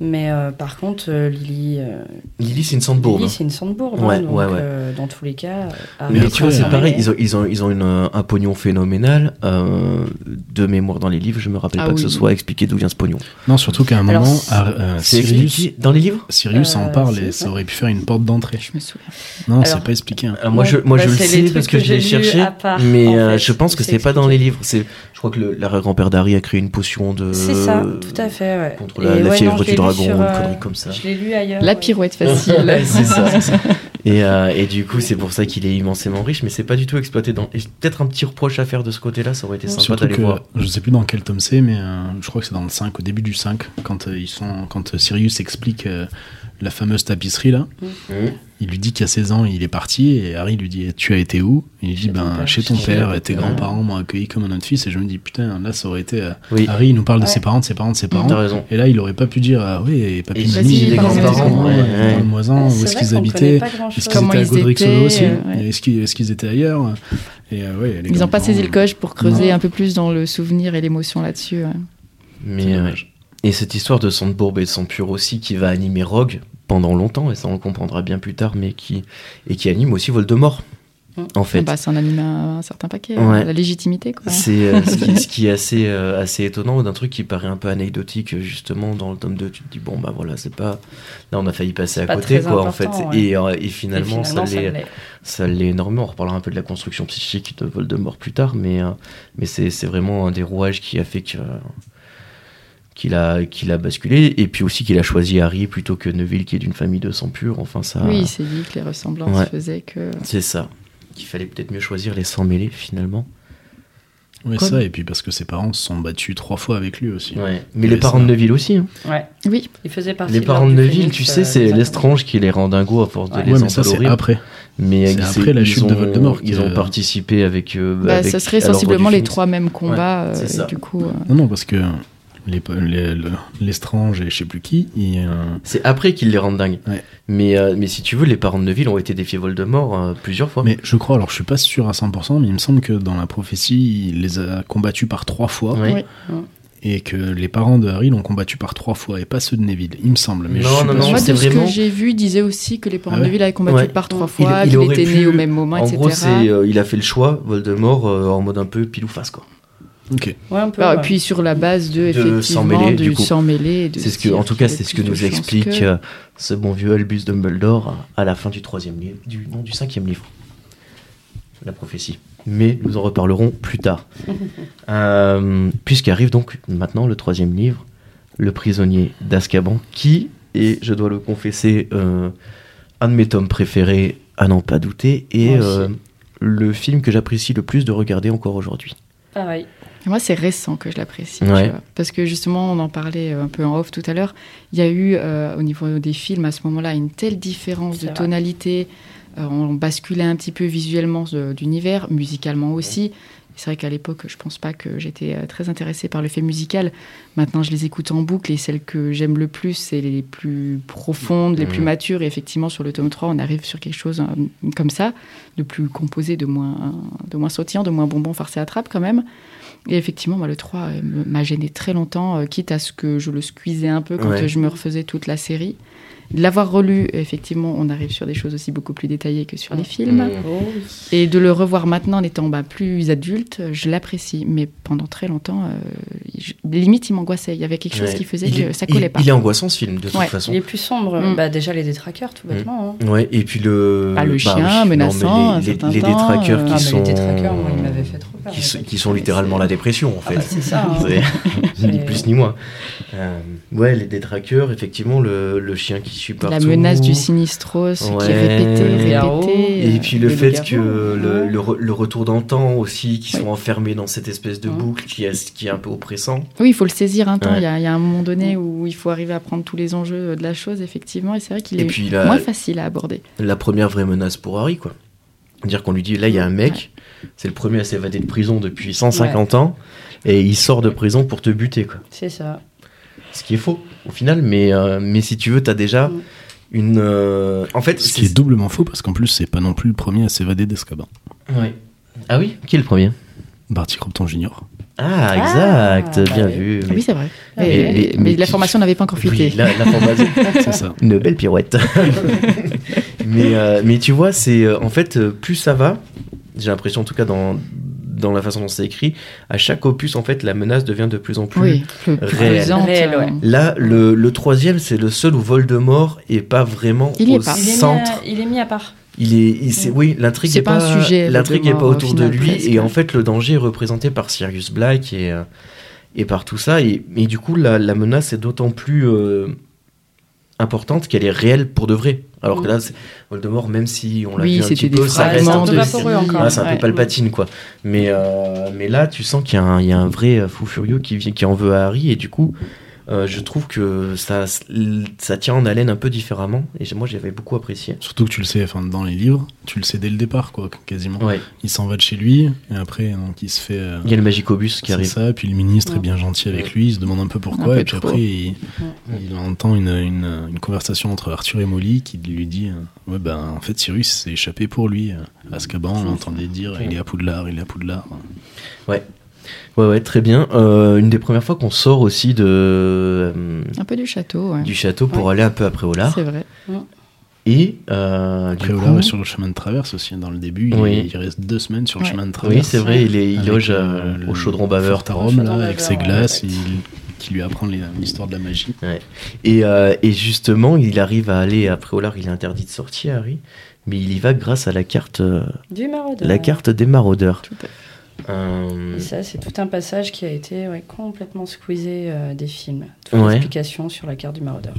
S3: Mais euh, par contre, euh, Lily, euh,
S1: Lily, c'est une
S3: Lily, euh,
S1: sandbourg.
S3: c'est une sang de bourbe.
S1: Ouais,
S3: hein, donc,
S1: ouais, ouais.
S3: euh, dans tous les cas. à
S1: Mais,
S2: Mais
S1: tu vois,
S2: après,
S1: c'est
S2: euh,
S1: pareil,
S3: préparer.
S1: ils ont, ils ont, ils ont une, euh, un pognon phénoménal. euh, de mémoire dans les livres, je me rappelle
S4: Ah
S1: pas que ce
S4: oui.
S1: soit expliqué d'où vient ce pognon.
S2: Non, surtout qu'à un
S3: Alors,
S2: moment,
S3: c'est-
S2: à- euh,
S1: C'est
S2: Sirius,
S1: expliqué dans les livres
S2: Sirius en
S3: Euh,
S2: parle
S3: si,
S2: et ça aurait pu faire une porte d'entrée.
S4: Je me souviens.
S2: Non, c'est
S3: Alors-
S2: pas expliqué. hein.
S1: Alors Euh, moi,
S3: Ouais,
S1: je, moi
S3: bah,
S1: je le
S3: c'est
S1: sais
S3: les
S1: parce que
S3: trucs
S1: je l'ai
S3: que j'ai lus
S1: cherché,
S3: à part,
S1: mais
S3: en
S1: euh,
S3: fait,
S1: je pense
S3: où
S1: que
S3: c'est
S1: c'est pas dans les
S3: expliqué.
S1: livres. C'est, je crois que le- l'arrière-grand-père d'Harry a créé une potion de.
S3: C'est ça, tout à fait. ouais.
S1: Euh, Contre
S3: Et
S1: la, la
S3: ouais, non,
S1: fièvre
S3: je l'ai
S1: du
S3: lu
S1: dragon,
S3: sur,
S1: une
S3: euh,
S1: connerie comme ça.
S3: Je l'ai lu ailleurs.
S4: La
S3: ouais.
S4: pirouette facile. (laughs)
S1: C'est ça, c'est ça. Et, euh, et du coup, c'est pour ça qu'il est immensément riche, mais c'est pas du tout exploité dans. et Peut-être un petit reproche à faire de ce côté-là, ça aurait été sympa
S2: Surtout
S1: d'aller
S2: que
S1: voir.
S2: je sais plus dans quel tome c'est, mais euh, je crois que c'est dans le 5, au début du 5, quand, euh, ils sont, quand euh, Sirius explique euh, la fameuse tapisserie là. Il lui dit qu'à 16 ans, il est parti et Harry lui dit Tu as été où Il lui dit
S3: Chez ton
S2: Ben,
S3: père.
S2: chez ton
S3: Chez
S2: père,
S1: ton
S2: et tes
S1: père.
S2: grands-parents m'ont accueilli comme un autre fils. Et je me dis Putain, là, ça aurait été. euh,
S1: Oui,
S2: Harry, il nous parle de
S3: Ouais.
S2: ses parents, de ses parents, de ses parents.
S1: t'as raison.
S2: Et là, il aurait pas pu dire Ah oui, papy,
S1: Et
S2: mamie,
S4: si,
S2: les
S4: par exemple,
S2: grands-parents,
S4: ouais,
S1: ouais.
S2: dans le moisin, où
S3: C'est
S2: est-ce
S3: vrai
S2: qu'ils
S3: qu'on
S2: habitaient
S3: connaît pas
S2: Est-ce
S3: grand-chose.
S2: qu'ils
S4: Comment
S2: étaient à
S4: ils
S2: Godric
S4: étaient,
S2: aussi
S4: euh, ouais.
S2: Est-ce qu'ils est-ce qu'ils étaient ailleurs Et, euh, ouais, les
S4: Ils n'ont pas
S2: grands-parents,
S4: saisi le coche
S1: euh,
S4: pour creuser
S2: Non.
S4: un peu plus dans le souvenir et l'émotion là-dessus. ouais.
S2: c'est
S1: Mais, euh,
S2: dommage.
S1: et cette histoire de Sandbourg et de Sampur aussi qui va animer Rogue pendant longtemps, et ça on le comprendra bien plus tard, mais qui, et qui anime aussi Voldemort.
S3: Mm.
S1: En fait,
S4: Ah bah, ça en anime un, un certain paquet. hein.
S1: Ouais.
S4: La légitimité, quoi.
S1: C'est euh, ce, qui, ce qui est assez, euh, assez étonnant d'un truc qui paraît un peu anecdotique, euh, justement, dans le tome 2. Tu te dis, bon, bah voilà, c'est pas. Là, on a failli passer à
S3: pas
S1: côté,
S3: très
S1: quoi, en fait.
S3: important, ouais.
S1: Et, euh, et
S3: Et
S1: finalement,
S3: finalement,
S1: ça, l'est,
S3: l'est.
S1: ça l'est énormément. On reparlera un peu de la construction psychique de Voldemort plus tard, mais, euh, mais c'est, c'est vraiment un des rouages qui a fait que. euh, qu'il a, qu'il a basculé, et puis aussi qu'il a choisi Harry plutôt que Neville, qui est d'une famille de sang pur. Enfin, ça.
S4: Oui, il s'est dit que les ressemblances
S1: Ouais.
S4: faisaient que.
S1: C'est ça. Qu'il fallait peut-être mieux choisir les sans mêlés, finalement.
S2: Ouais,
S4: Comme-
S2: ça, et puis parce que ses parents se sont battus trois fois avec lui aussi.
S1: Mais les
S2: Mais
S1: parents
S2: ça-
S1: de Neville aussi, hein.
S3: Ouais,
S4: Oui,
S3: il faisait partie
S1: Les
S3: de
S1: parents de
S3: l'ordre du
S1: Neville,
S3: Phénix,
S1: tu
S3: euh,
S1: sais, c'est
S3: des
S1: l'estrange qui les rend dingos à force de
S3: Ouais.
S1: les
S2: Ah, Ouais, mais ça, c'est
S1: endolorir.
S2: après.
S1: Mais
S2: c'est
S1: euh,
S2: après la
S1: ils
S2: chute de
S1: ont-
S2: Voldemort euh,
S1: Ils
S2: que-
S1: ont participé avec. euh,
S4: bah,
S1: avec-
S4: ce serait
S1: à l'ordre
S4: sensiblement
S1: du
S4: les
S1: Phénix.
S4: trois mêmes combats.
S1: c'est
S4: euh,
S1: ça.
S4: et du coup, euh,
S2: Non, non, parce que les- les- le- l'estrange et je sais plus qui, il, euh,
S1: C'est après qu'ils les rendent dingues.
S2: Ouais.
S1: Mais, euh, mais si tu veux, les parents de Neville ont été défiés Voldemort euh, plusieurs fois.
S2: mais je crois, alors je suis pas sûr à 100%, mais il me semble que dans la prophétie, il les a combattus par trois fois
S1: Ouais.
S4: Oui.
S2: et que les parents de Harry l'ont combattu par trois fois et pas ceux de Neville, il me semble. Mais
S1: Non,
S2: je suis pas
S1: non,
S2: sûr.
S4: moi,
S1: c'est
S4: de
S1: vraiment-
S4: ce que j'ai vu, il disait aussi que les parents
S2: Ah ouais
S4: de Ville avaient combattu
S1: Ouais.
S4: par trois
S3: Il-
S4: fois,
S1: il
S4: qu'il
S1: aurait
S4: était né
S1: pu-
S4: au même moment,
S1: en
S4: etc.
S1: gros, c'est, euh, il a fait le choix, Voldemort, euh, en mode un peu pile ou face. Quoi.
S2: Ok.
S3: Ouais, un peu.
S4: Bah,
S3: ouais.
S4: Puis sur la base de,
S1: De
S4: effectivement,
S1: s'en mêler,
S4: du,
S1: du coup.
S4: sang mêlé.
S1: C'est ce que, en tout cas, c'est ce que nous explique euh, ce bon vieux Albus Dumbledore euh, à la fin du troisième livre, du, non, du cinquième livre, la prophétie. Mais nous en reparlerons plus
S4: (laughs)
S1: tard. Euh, Puisqu'arrive donc maintenant le troisième livre, Le prisonnier d'Azkaban, qui et je dois le confesser, euh, un de mes tomes préférés, à n'en pas douter, et
S3: Moi aussi.
S1: euh, le film que j'apprécie le plus de regarder encore aujourd'hui.
S3: Pareil.
S4: Moi, c'est récent que je l'apprécie. tu
S1: Ouais.
S4: vois. Parce que justement, on en parlait euh, un peu en off tout à l'heure. Il y a eu, euh, au niveau des films, à ce moment-là, une telle différence
S3: C'est
S4: de
S3: vrai.
S4: tonalité. Euh, on basculait un petit peu visuellement de- d'univers, musicalement aussi. C'est vrai qu'à l'époque, je pense pas que j'étais euh, très intéressée par le fait musical. Maintenant, je les écoute en boucle et celles que j'aime le plus, c'est les plus profondes, les plus
S1: Mhm.
S4: matures. Et effectivement, sur le tome 3, on arrive sur quelque chose euh, comme ça, de plus composé, de moins, de moins sautillant, de moins bonbon farcé à trappe quand même. Et effectivement, moi, le 3 euh, me- m'a gêné très longtemps, euh, quitte à ce que je le squeezais un peu quand
S1: Ouais.
S4: euh, je me refaisais toute la série. De l'avoir relu, effectivement, on arrive sur des choses aussi beaucoup plus détaillées que sur les films.
S1: Oh,
S3: Oh,
S4: Et de le revoir maintenant en étant bah, plus adulte, euh, je l'apprécie. Mais pendant très longtemps, euh, je- limite, il m'angoissait. Il y avait quelque chose
S1: Ouais.
S4: qui faisait
S1: Il
S4: que
S1: est-
S4: ça collait
S1: il-
S4: pas.
S1: Il est angoissant ce film, de toute
S4: Ouais.
S1: façon.
S3: Il est plus sombre.
S4: Mm.
S3: Bah, déjà, les détraqueurs,
S1: Mm.
S3: tout bêtement. hein.
S1: Ouais, et puis le.
S4: Bah, le chien
S1: non, mais
S4: menaçant, un
S1: les, les,
S4: certain
S1: les
S4: temps,
S1: détraqueurs
S4: euh,
S1: qui
S4: Ah,
S3: Ah, mais
S1: sont.
S3: les détraqueurs, moi, ils m'avaient fait trop peur.
S1: qui,
S3: les
S1: sont-
S3: mecs.
S1: qui sont littéralement la dépression, en
S3: Ah,
S1: fait.
S3: bah, c'est ça. hein.
S1: C'est- (laughs) ni
S3: C'est-
S1: plus ni moins. Euh, ouais, les détraqueurs, effectivement, le, le chien qui suit
S4: La
S1: partout.
S4: menace du sinistros qui
S1: Ouais.
S4: est répétée,
S1: Le
S3: garrot.
S4: répétée.
S1: Et
S4: euh,
S1: puis le fait que
S4: loup-garou.
S1: le,
S3: ouais.
S1: le re- le retour dans le temps aussi, qui
S4: Oui.
S1: sont enfermés dans cette espèce de
S3: Ouais.
S1: boucle qui est, qui est un peu oppressant.
S4: Oui, il faut le saisir un temps.
S1: Ouais.
S4: Il y, a, il y a un moment donné où il faut arriver à prendre tous les enjeux euh, de la chose, effectivement. Et c'est vrai qu'il
S1: Et
S4: est
S1: puis euh, la,
S4: moins facile à aborder.
S1: la première vraie menace pour Harry, quoi. Dire qu'on lui dit, là, il y a un mec, c'est le premier à s'évader de prison depuis 150 ans, et il sort de prison pour te buter, quoi.
S3: C'est ça.
S1: Ce qui est faux au final, mais, euh, mais si tu veux, t'as déjà
S3: Mm.
S1: une. euh, en fait,
S2: Ce qui est doublement faux parce qu'en plus, c'est pas non plus le premier à s'évader d'Escabin.
S1: Ouais. Ah oui Qui est le premier
S2: Barty
S1: (laughs)
S2: Crompton Junior.
S1: Ah,
S3: Ah,
S1: exact
S3: bah
S1: bien
S3: oui.
S1: vu.
S4: Ah oui, c'est vrai. Mais,
S1: Et- et-
S4: mais
S1: mais
S4: la
S1: qui-
S4: formation n'avait pas encore
S1: Oui,
S4: fuité.
S1: la, la formation.
S2: C'est ça.
S1: Une belle pirouette. (laughs) mais, euh, mais tu vois, c'est euh, en fait, euh, plus ça va, j'ai l'impression en tout cas dans, dans la façon dont c'est écrit, à chaque opus, en fait, la menace devient de plus en plus.
S4: Oui, plus
S1: Réel.
S4: pesante,
S3: Réel, ouais.
S4: euh,
S1: Là, le, le troisième, c'est le seul où Voldemort est pas vraiment
S4: Il y est
S1: au
S4: pas.
S3: Il est, mis
S1: centre.
S3: à, il est mis à part.
S1: Il est, il- c'est- oui, l'intrigue
S4: Mm. C'est
S1: n'est
S4: pas
S1: pas,
S4: un sujet,
S1: l'intrigue est pas
S4: Voldemort, au
S1: autour
S4: final,
S1: de lui
S4: presque.
S1: et en fait le danger est représenté par Sirius Black et euh, et par tout ça et, et du coup la, la menace est d'autant plus euh, importante qu'elle est réelle pour de vrai. Alors que là, c'est- Voldemort, même si on l'a
S4: Mm. Oui,
S1: vu un petit
S4: c'était des
S1: peu, ça reste
S4: fragments
S1: un
S3: peu
S1: peu,
S3: vaporeux encore.
S1: ah, c'est un
S4: Ouais.
S1: peu palpatine quoi. Mais euh, mais là, tu sens qu'il y a un, il y a un vrai euh, fou furieux qui vit- qui en veut à Harry et du coup. euh, je trouve que ça, ça tient en haleine un peu différemment et moi j'avais beaucoup apprécié.
S2: Surtout que tu le sais, enfin, dans les livres, tu le sais dès le départ, quoi, quasiment.
S1: Ouais.
S2: Il s'en va de chez lui, et après, donc, il se fait. euh,
S1: Il y a le Magicobus qui
S2: c'est
S1: arrive.
S2: ça, puis le ministre
S4: Ouais.
S2: est bien gentil
S1: Ouais.
S2: avec lui, il se demande un peu pourquoi,
S4: Un peu
S2: et puis
S4: trop.
S2: après, il,
S1: Ouais.
S2: il entend une, une- une conversation entre Arthur et Molly qui lui dit euh, Ouais, ben, en fait, Cyrus s'est échappé pour lui. euh, Azkaban, on
S4: C'est ça.
S2: l'entendait dire
S1: Ouais.
S2: Il est à Poudlard, il est à Poudlard.
S1: Ouais, ouais, très bien. Euh, une des premières fois qu'on sort aussi de, euh,
S4: Un peu du château, ouais.
S1: du château pour
S4: Ouais.
S1: aller un peu après Préolard.
S4: C'est vrai.
S1: Et euh, du
S2: Préolard
S1: coup-
S2: est sur le chemin de traverse aussi. hein, Dans le début, il-
S1: Oui.
S2: il, reste deux semaines sur
S4: Ouais.
S2: le chemin de traverse.
S1: Oui, c'est vrai, il, est, il
S2: Avec,
S1: loge
S2: euh,
S1: euh,
S2: le
S1: au chaudron baveur.
S2: Fort à Rome,
S3: Chaudron
S2: là, avec
S3: baveur,
S2: ses
S3: ouais.
S2: glaces, il- qui lui apprend les- l'histoire de la magie.
S1: Et, euh, et justement, il arrive à aller à Préolard. Il est interdit de sortir, Harry. Mais il y va grâce à la carte, euh,
S3: Du maraudeur.
S1: la carte des maraudeurs.
S4: Tout à
S1: Euh,
S3: Et ça, c'est tout un passage qui a été ouais, complètement squeezé euh, des films. Toute
S1: Ouais.
S3: l'explication sur la carte du maraudeur.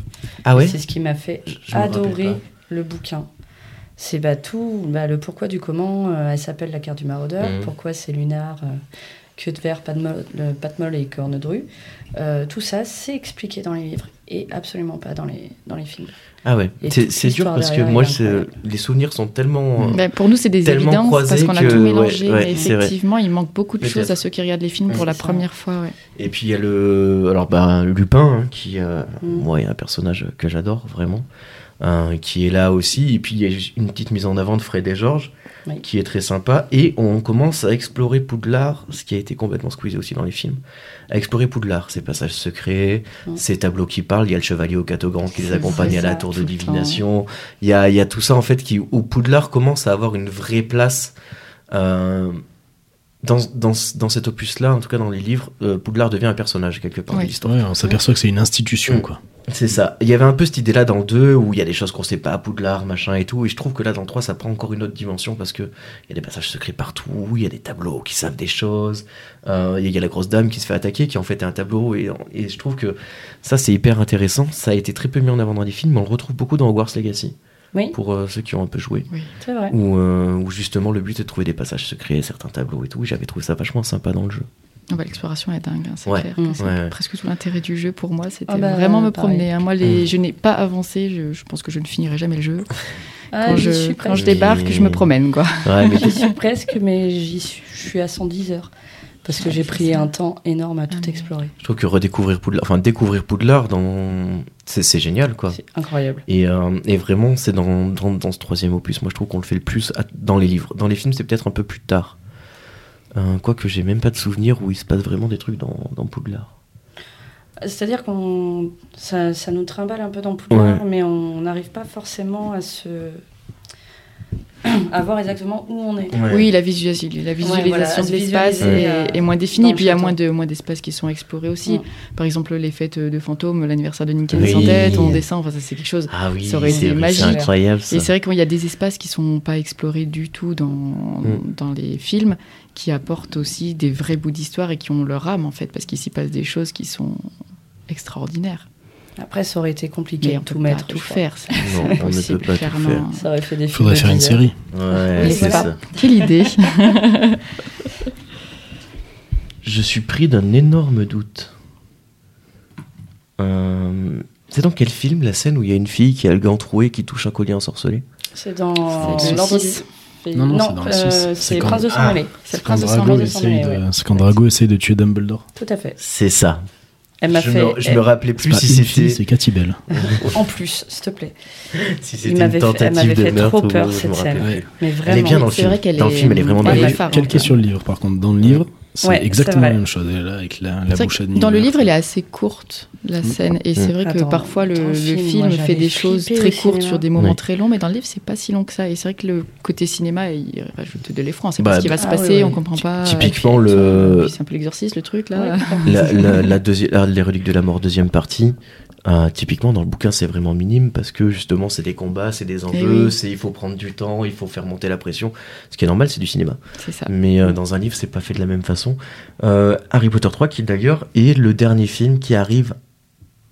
S1: Ah ouais
S3: C'est ce qui m'a fait
S1: Je- je me rappelle
S3: adorer
S1: pas.
S3: le bouquin. C'est bah, tout bah, le pourquoi du comment euh, elle s'appelle la carte du maraudeur,
S1: Mhm.
S3: pourquoi c'est lunar, euh, queue de verre, pas de molle, euh, pas de molle et corne de rue. Euh, tout ça, c'est expliqué dans les livres et absolument pas dans les, dans les films.
S1: Ah ouais.
S3: Et
S1: C'est
S3: toute
S1: c'est dur
S3: l'histoire
S1: parce que
S3: derrière,
S1: moi,
S3: elle est
S1: c'est-
S3: incroyable.
S1: les souvenirs sont tellement. euh,
S4: Ben, pour nous, c'est des
S1: Tellement
S4: évidences
S1: croisé
S4: parce qu'on a
S1: que-
S4: tout mélangé.
S1: ouais, ouais,
S4: mais
S1: c'est vrai.
S4: effectivement, il manque beaucoup de
S1: Peut-être.
S4: choses à ceux qui regardent les films pour
S3: C'est
S4: la
S3: ça.
S4: première fois. ouais.
S1: Et puis il y a le, alors bah, Lupin, hein, qui, euh,
S3: Mm.
S1: moi, est un personnage que j'adore vraiment, hein, qui est là aussi. Et puis il y a juste une petite mise en avant de Fred et Georges,
S3: Oui.
S1: qui est très sympa. Et on commence à explorer Poudlard, ce qui a été complètement squeezé aussi dans les films, à explorer Poudlard, ses passages secrets,
S3: Mm.
S1: ses tableaux qui parlent. Il y a le chevalier au catogan qui les
S4: C'est
S1: accompagne
S3: vrai,
S1: à la
S3: ça,
S1: tour
S4: tout
S1: de
S4: le temps.
S1: divination. Il y a, il y a tout ça en fait qui, où Poudlard commence à avoir une vraie place. Euh, dans, dans, ce- dans cet opus-là, en tout cas dans les livres, euh, Poudlard devient un personnage quelque part
S4: Ouais.
S1: de l'histoire.
S2: Ouais, on s'aperçoit que c'est une institution,
S1: Mm.
S2: quoi.
S1: C'est ça. Il y avait un peu cette idée-là dans le 2 où il y a des choses qu'on sait pas, Poudlard, machin et tout. Et je trouve que là, dans le 3, ça prend encore une autre dimension parce que il y a des passages secrets partout, il y a des tableaux qui savent des choses. Euh, Il y a la grosse dame qui se fait attaquer, qui en fait est un tableau. Et, et je trouve que ça, c'est hyper intéressant. Ça a été très peu mis en avant dans les films, mais on le retrouve beaucoup dans Hogwarts Legacy
S3: Oui,
S1: pour euh, ceux qui ont un peu joué
S3: c'est vrai.
S1: où, euh, où justement le but est de trouver des passages secrets, certains tableaux et tout. Et J'avais trouvé ça vachement sympa dans le jeu.
S4: Ah bah, L'exploration est dingue, hein, c'est
S1: Ouais.
S4: clair.
S3: Mm.
S4: que c'est
S1: Ouais, ouais.
S4: Presque tout l'intérêt du jeu pour moi, c'était
S3: Ah bah,
S4: vraiment me
S3: pareil.
S4: promener. hein. Moi, les,
S1: Mm.
S4: je n'ai pas avancé. Je, je pense que je ne finirai jamais le jeu.
S3: Ah,
S4: quand
S3: j'y
S4: je,
S3: suis
S4: quand je
S3: presque.
S4: débarque, je me promène, quoi.
S1: Ouais, mais
S3: J'y suis presque, mais j'y suis, je suis à 110 heures. Parce que
S1: Ah,
S4: Ouais,
S3: j'ai
S4: c'est
S3: pris
S4: ça.
S3: un temps énorme à
S4: Ah,
S3: tout
S4: mais-
S3: explorer.
S1: je trouve que redécouvrir Poudlard, enfin découvrir Poudlard, dans... c'est c'est génial quoi.
S3: C'est incroyable.
S1: Et, euh, et vraiment, c'est dans, dans, dans ce troisième opus. Moi, je trouve qu'on le fait le plus à- dans les livres. Dans les films, c'est peut-être un peu plus tard. Euh, Quoique, j'ai même pas de souvenir où il se passe vraiment des trucs dans, dans Poudlard.
S3: C'est-à-dire qu'on ça, ça nous trimballe un peu dans Poudlard, mais on n'arrive pas forcément à se à voir exactement où on est.
S4: Oui, la, visualis- la visualisation
S3: voilà, à se
S4: de l'espace
S3: visualiser,
S4: est,
S3: euh,
S4: est moins
S3: dans
S4: définie. Et
S3: le
S4: puis il y a
S3: château.
S4: moins de moins d'espaces qui sont explorés aussi.
S3: Mm.
S4: Par exemple, les fêtes de fantômes, l'anniversaire de Nick Cave
S1: Oui.
S4: sans tête, on descend. Enfin, ça c'est quelque chose.
S1: Ah oui,
S4: Ça aurait été
S1: c'est vrai, c'est
S4: magique.
S1: incroyable ça.
S4: Et c'est vrai qu'il y a des espaces qui sont pas explorés du tout dans
S1: Mm.
S4: dans les films, qui apportent aussi des vrais bouts d'histoire et qui ont leur âme en fait, parce qu'il s'y passe des choses qui sont extraordinaires.
S3: Après, ça aurait été compliqué
S4: Mais
S3: de
S4: on
S3: tout
S4: peut
S3: mettre,
S4: pas tout
S3: je crois.
S4: faire. c'est- c'est
S1: Non, on ne peut
S4: impossible,
S1: pas tout
S4: clairement.
S1: faire.
S3: Ça aurait fait des films.
S2: Faudrait
S3: de
S2: faire une
S3: 10 heures.
S2: série.
S1: Ouais,
S4: Oui,
S1: c'est
S4: voilà.
S1: ça.
S4: Quelle idée
S1: Je suis pris d'un énorme doute. Euh, c'est dans quel film la scène où il y a une fille qui a le gant troué qui touche un collier ensorcelé
S3: C'est dans
S4: C'est dans
S3: l'ordre
S4: le
S3: du.
S4: six.
S2: Non, non, c'est dans le
S3: euh,
S2: six.
S3: c'est
S2: C'est quand-
S3: Prince de
S1: Ah.
S3: Sang-Mêlé.
S4: C'est le
S2: Quand
S4: prince de sang
S2: Drago
S3: Sandor de
S2: essaye
S3: Sandor,
S2: de-
S3: ouais.
S2: c'est quand Drago essaye de tuer Dumbledore.
S3: Tout à fait.
S1: C'est ça.
S3: Elle m'a
S1: je,
S3: fait.
S1: me, je me rappelais plus
S2: C'est pas
S1: si
S2: une
S1: c'était
S2: fille, c'est Cathy Bell.
S3: En plus, s'il te plaît.
S1: si
S3: Il
S1: c'était
S3: m'avait
S1: une
S3: fait-
S1: tentative
S3: elle m'avait
S1: de
S3: fait
S1: meurtre.
S3: trop
S1: ou-
S3: peur,
S1: je me
S3: cette
S1: rappelle
S3: scène.
S1: plus. Elle
S3: Mais
S1: est
S3: vraiment.
S1: bien dans le
S4: (laughs) C'est
S1: film.
S4: vrai qu'elle
S1: dans le
S4: est-
S1: film, elle est vraiment
S4: elle
S1: bien.
S4: est-
S2: Quel
S4: effarante,
S2: qu'est
S4: ouais.
S2: sur le livre, par contre, dans le livre, C'est
S3: Ouais,
S2: exactement
S3: c'est
S2: la
S3: vrai.
S2: même chose. Et là, avec la, la
S4: C'est vrai
S2: bouche
S4: que
S2: à demi
S1: euh,
S4: Dans le
S2: ouverte.
S4: livre, elle est assez courte,
S1: Mm.
S4: la scène. Et c'est vrai que
S3: Attends,
S4: parfois, le,
S3: attends,
S4: le
S3: film,
S4: film
S3: moi,
S4: fait
S3: j'avais
S4: des choses
S3: flippé
S4: très
S3: au
S4: courtes
S3: cinéma.
S4: sur des moments
S1: Oui.
S4: très longs, mais dans le livre, c'est pas si long que ça. Et c'est vrai que le côté cinéma, il rajoute de l'effroi. On sait
S1: Bah,
S4: pas ce qui va se
S3: ah,
S4: passer,
S3: oui, oui.
S4: on comprend pas.
S1: typiquement,
S4: Et puis,
S1: le-
S4: puis C'est un peu l'exorciste, le truc, là.
S1: La, la- la deuxi- la- les reliques de la mort, deuxième partie. euh, typiquement, dans le bouquin, c'est vraiment minime parce que justement, c'est des combats, c'est des enjeux,
S4: Eh oui.
S1: c'est il faut prendre du temps, il faut faire monter la pression. Ce qui est normal, c'est du cinéma.
S4: C'est ça.
S1: Mais euh, dans un livre, c'est pas fait de la même façon. Euh, Harry Potter 3, qui d'ailleurs est le dernier film qui arrive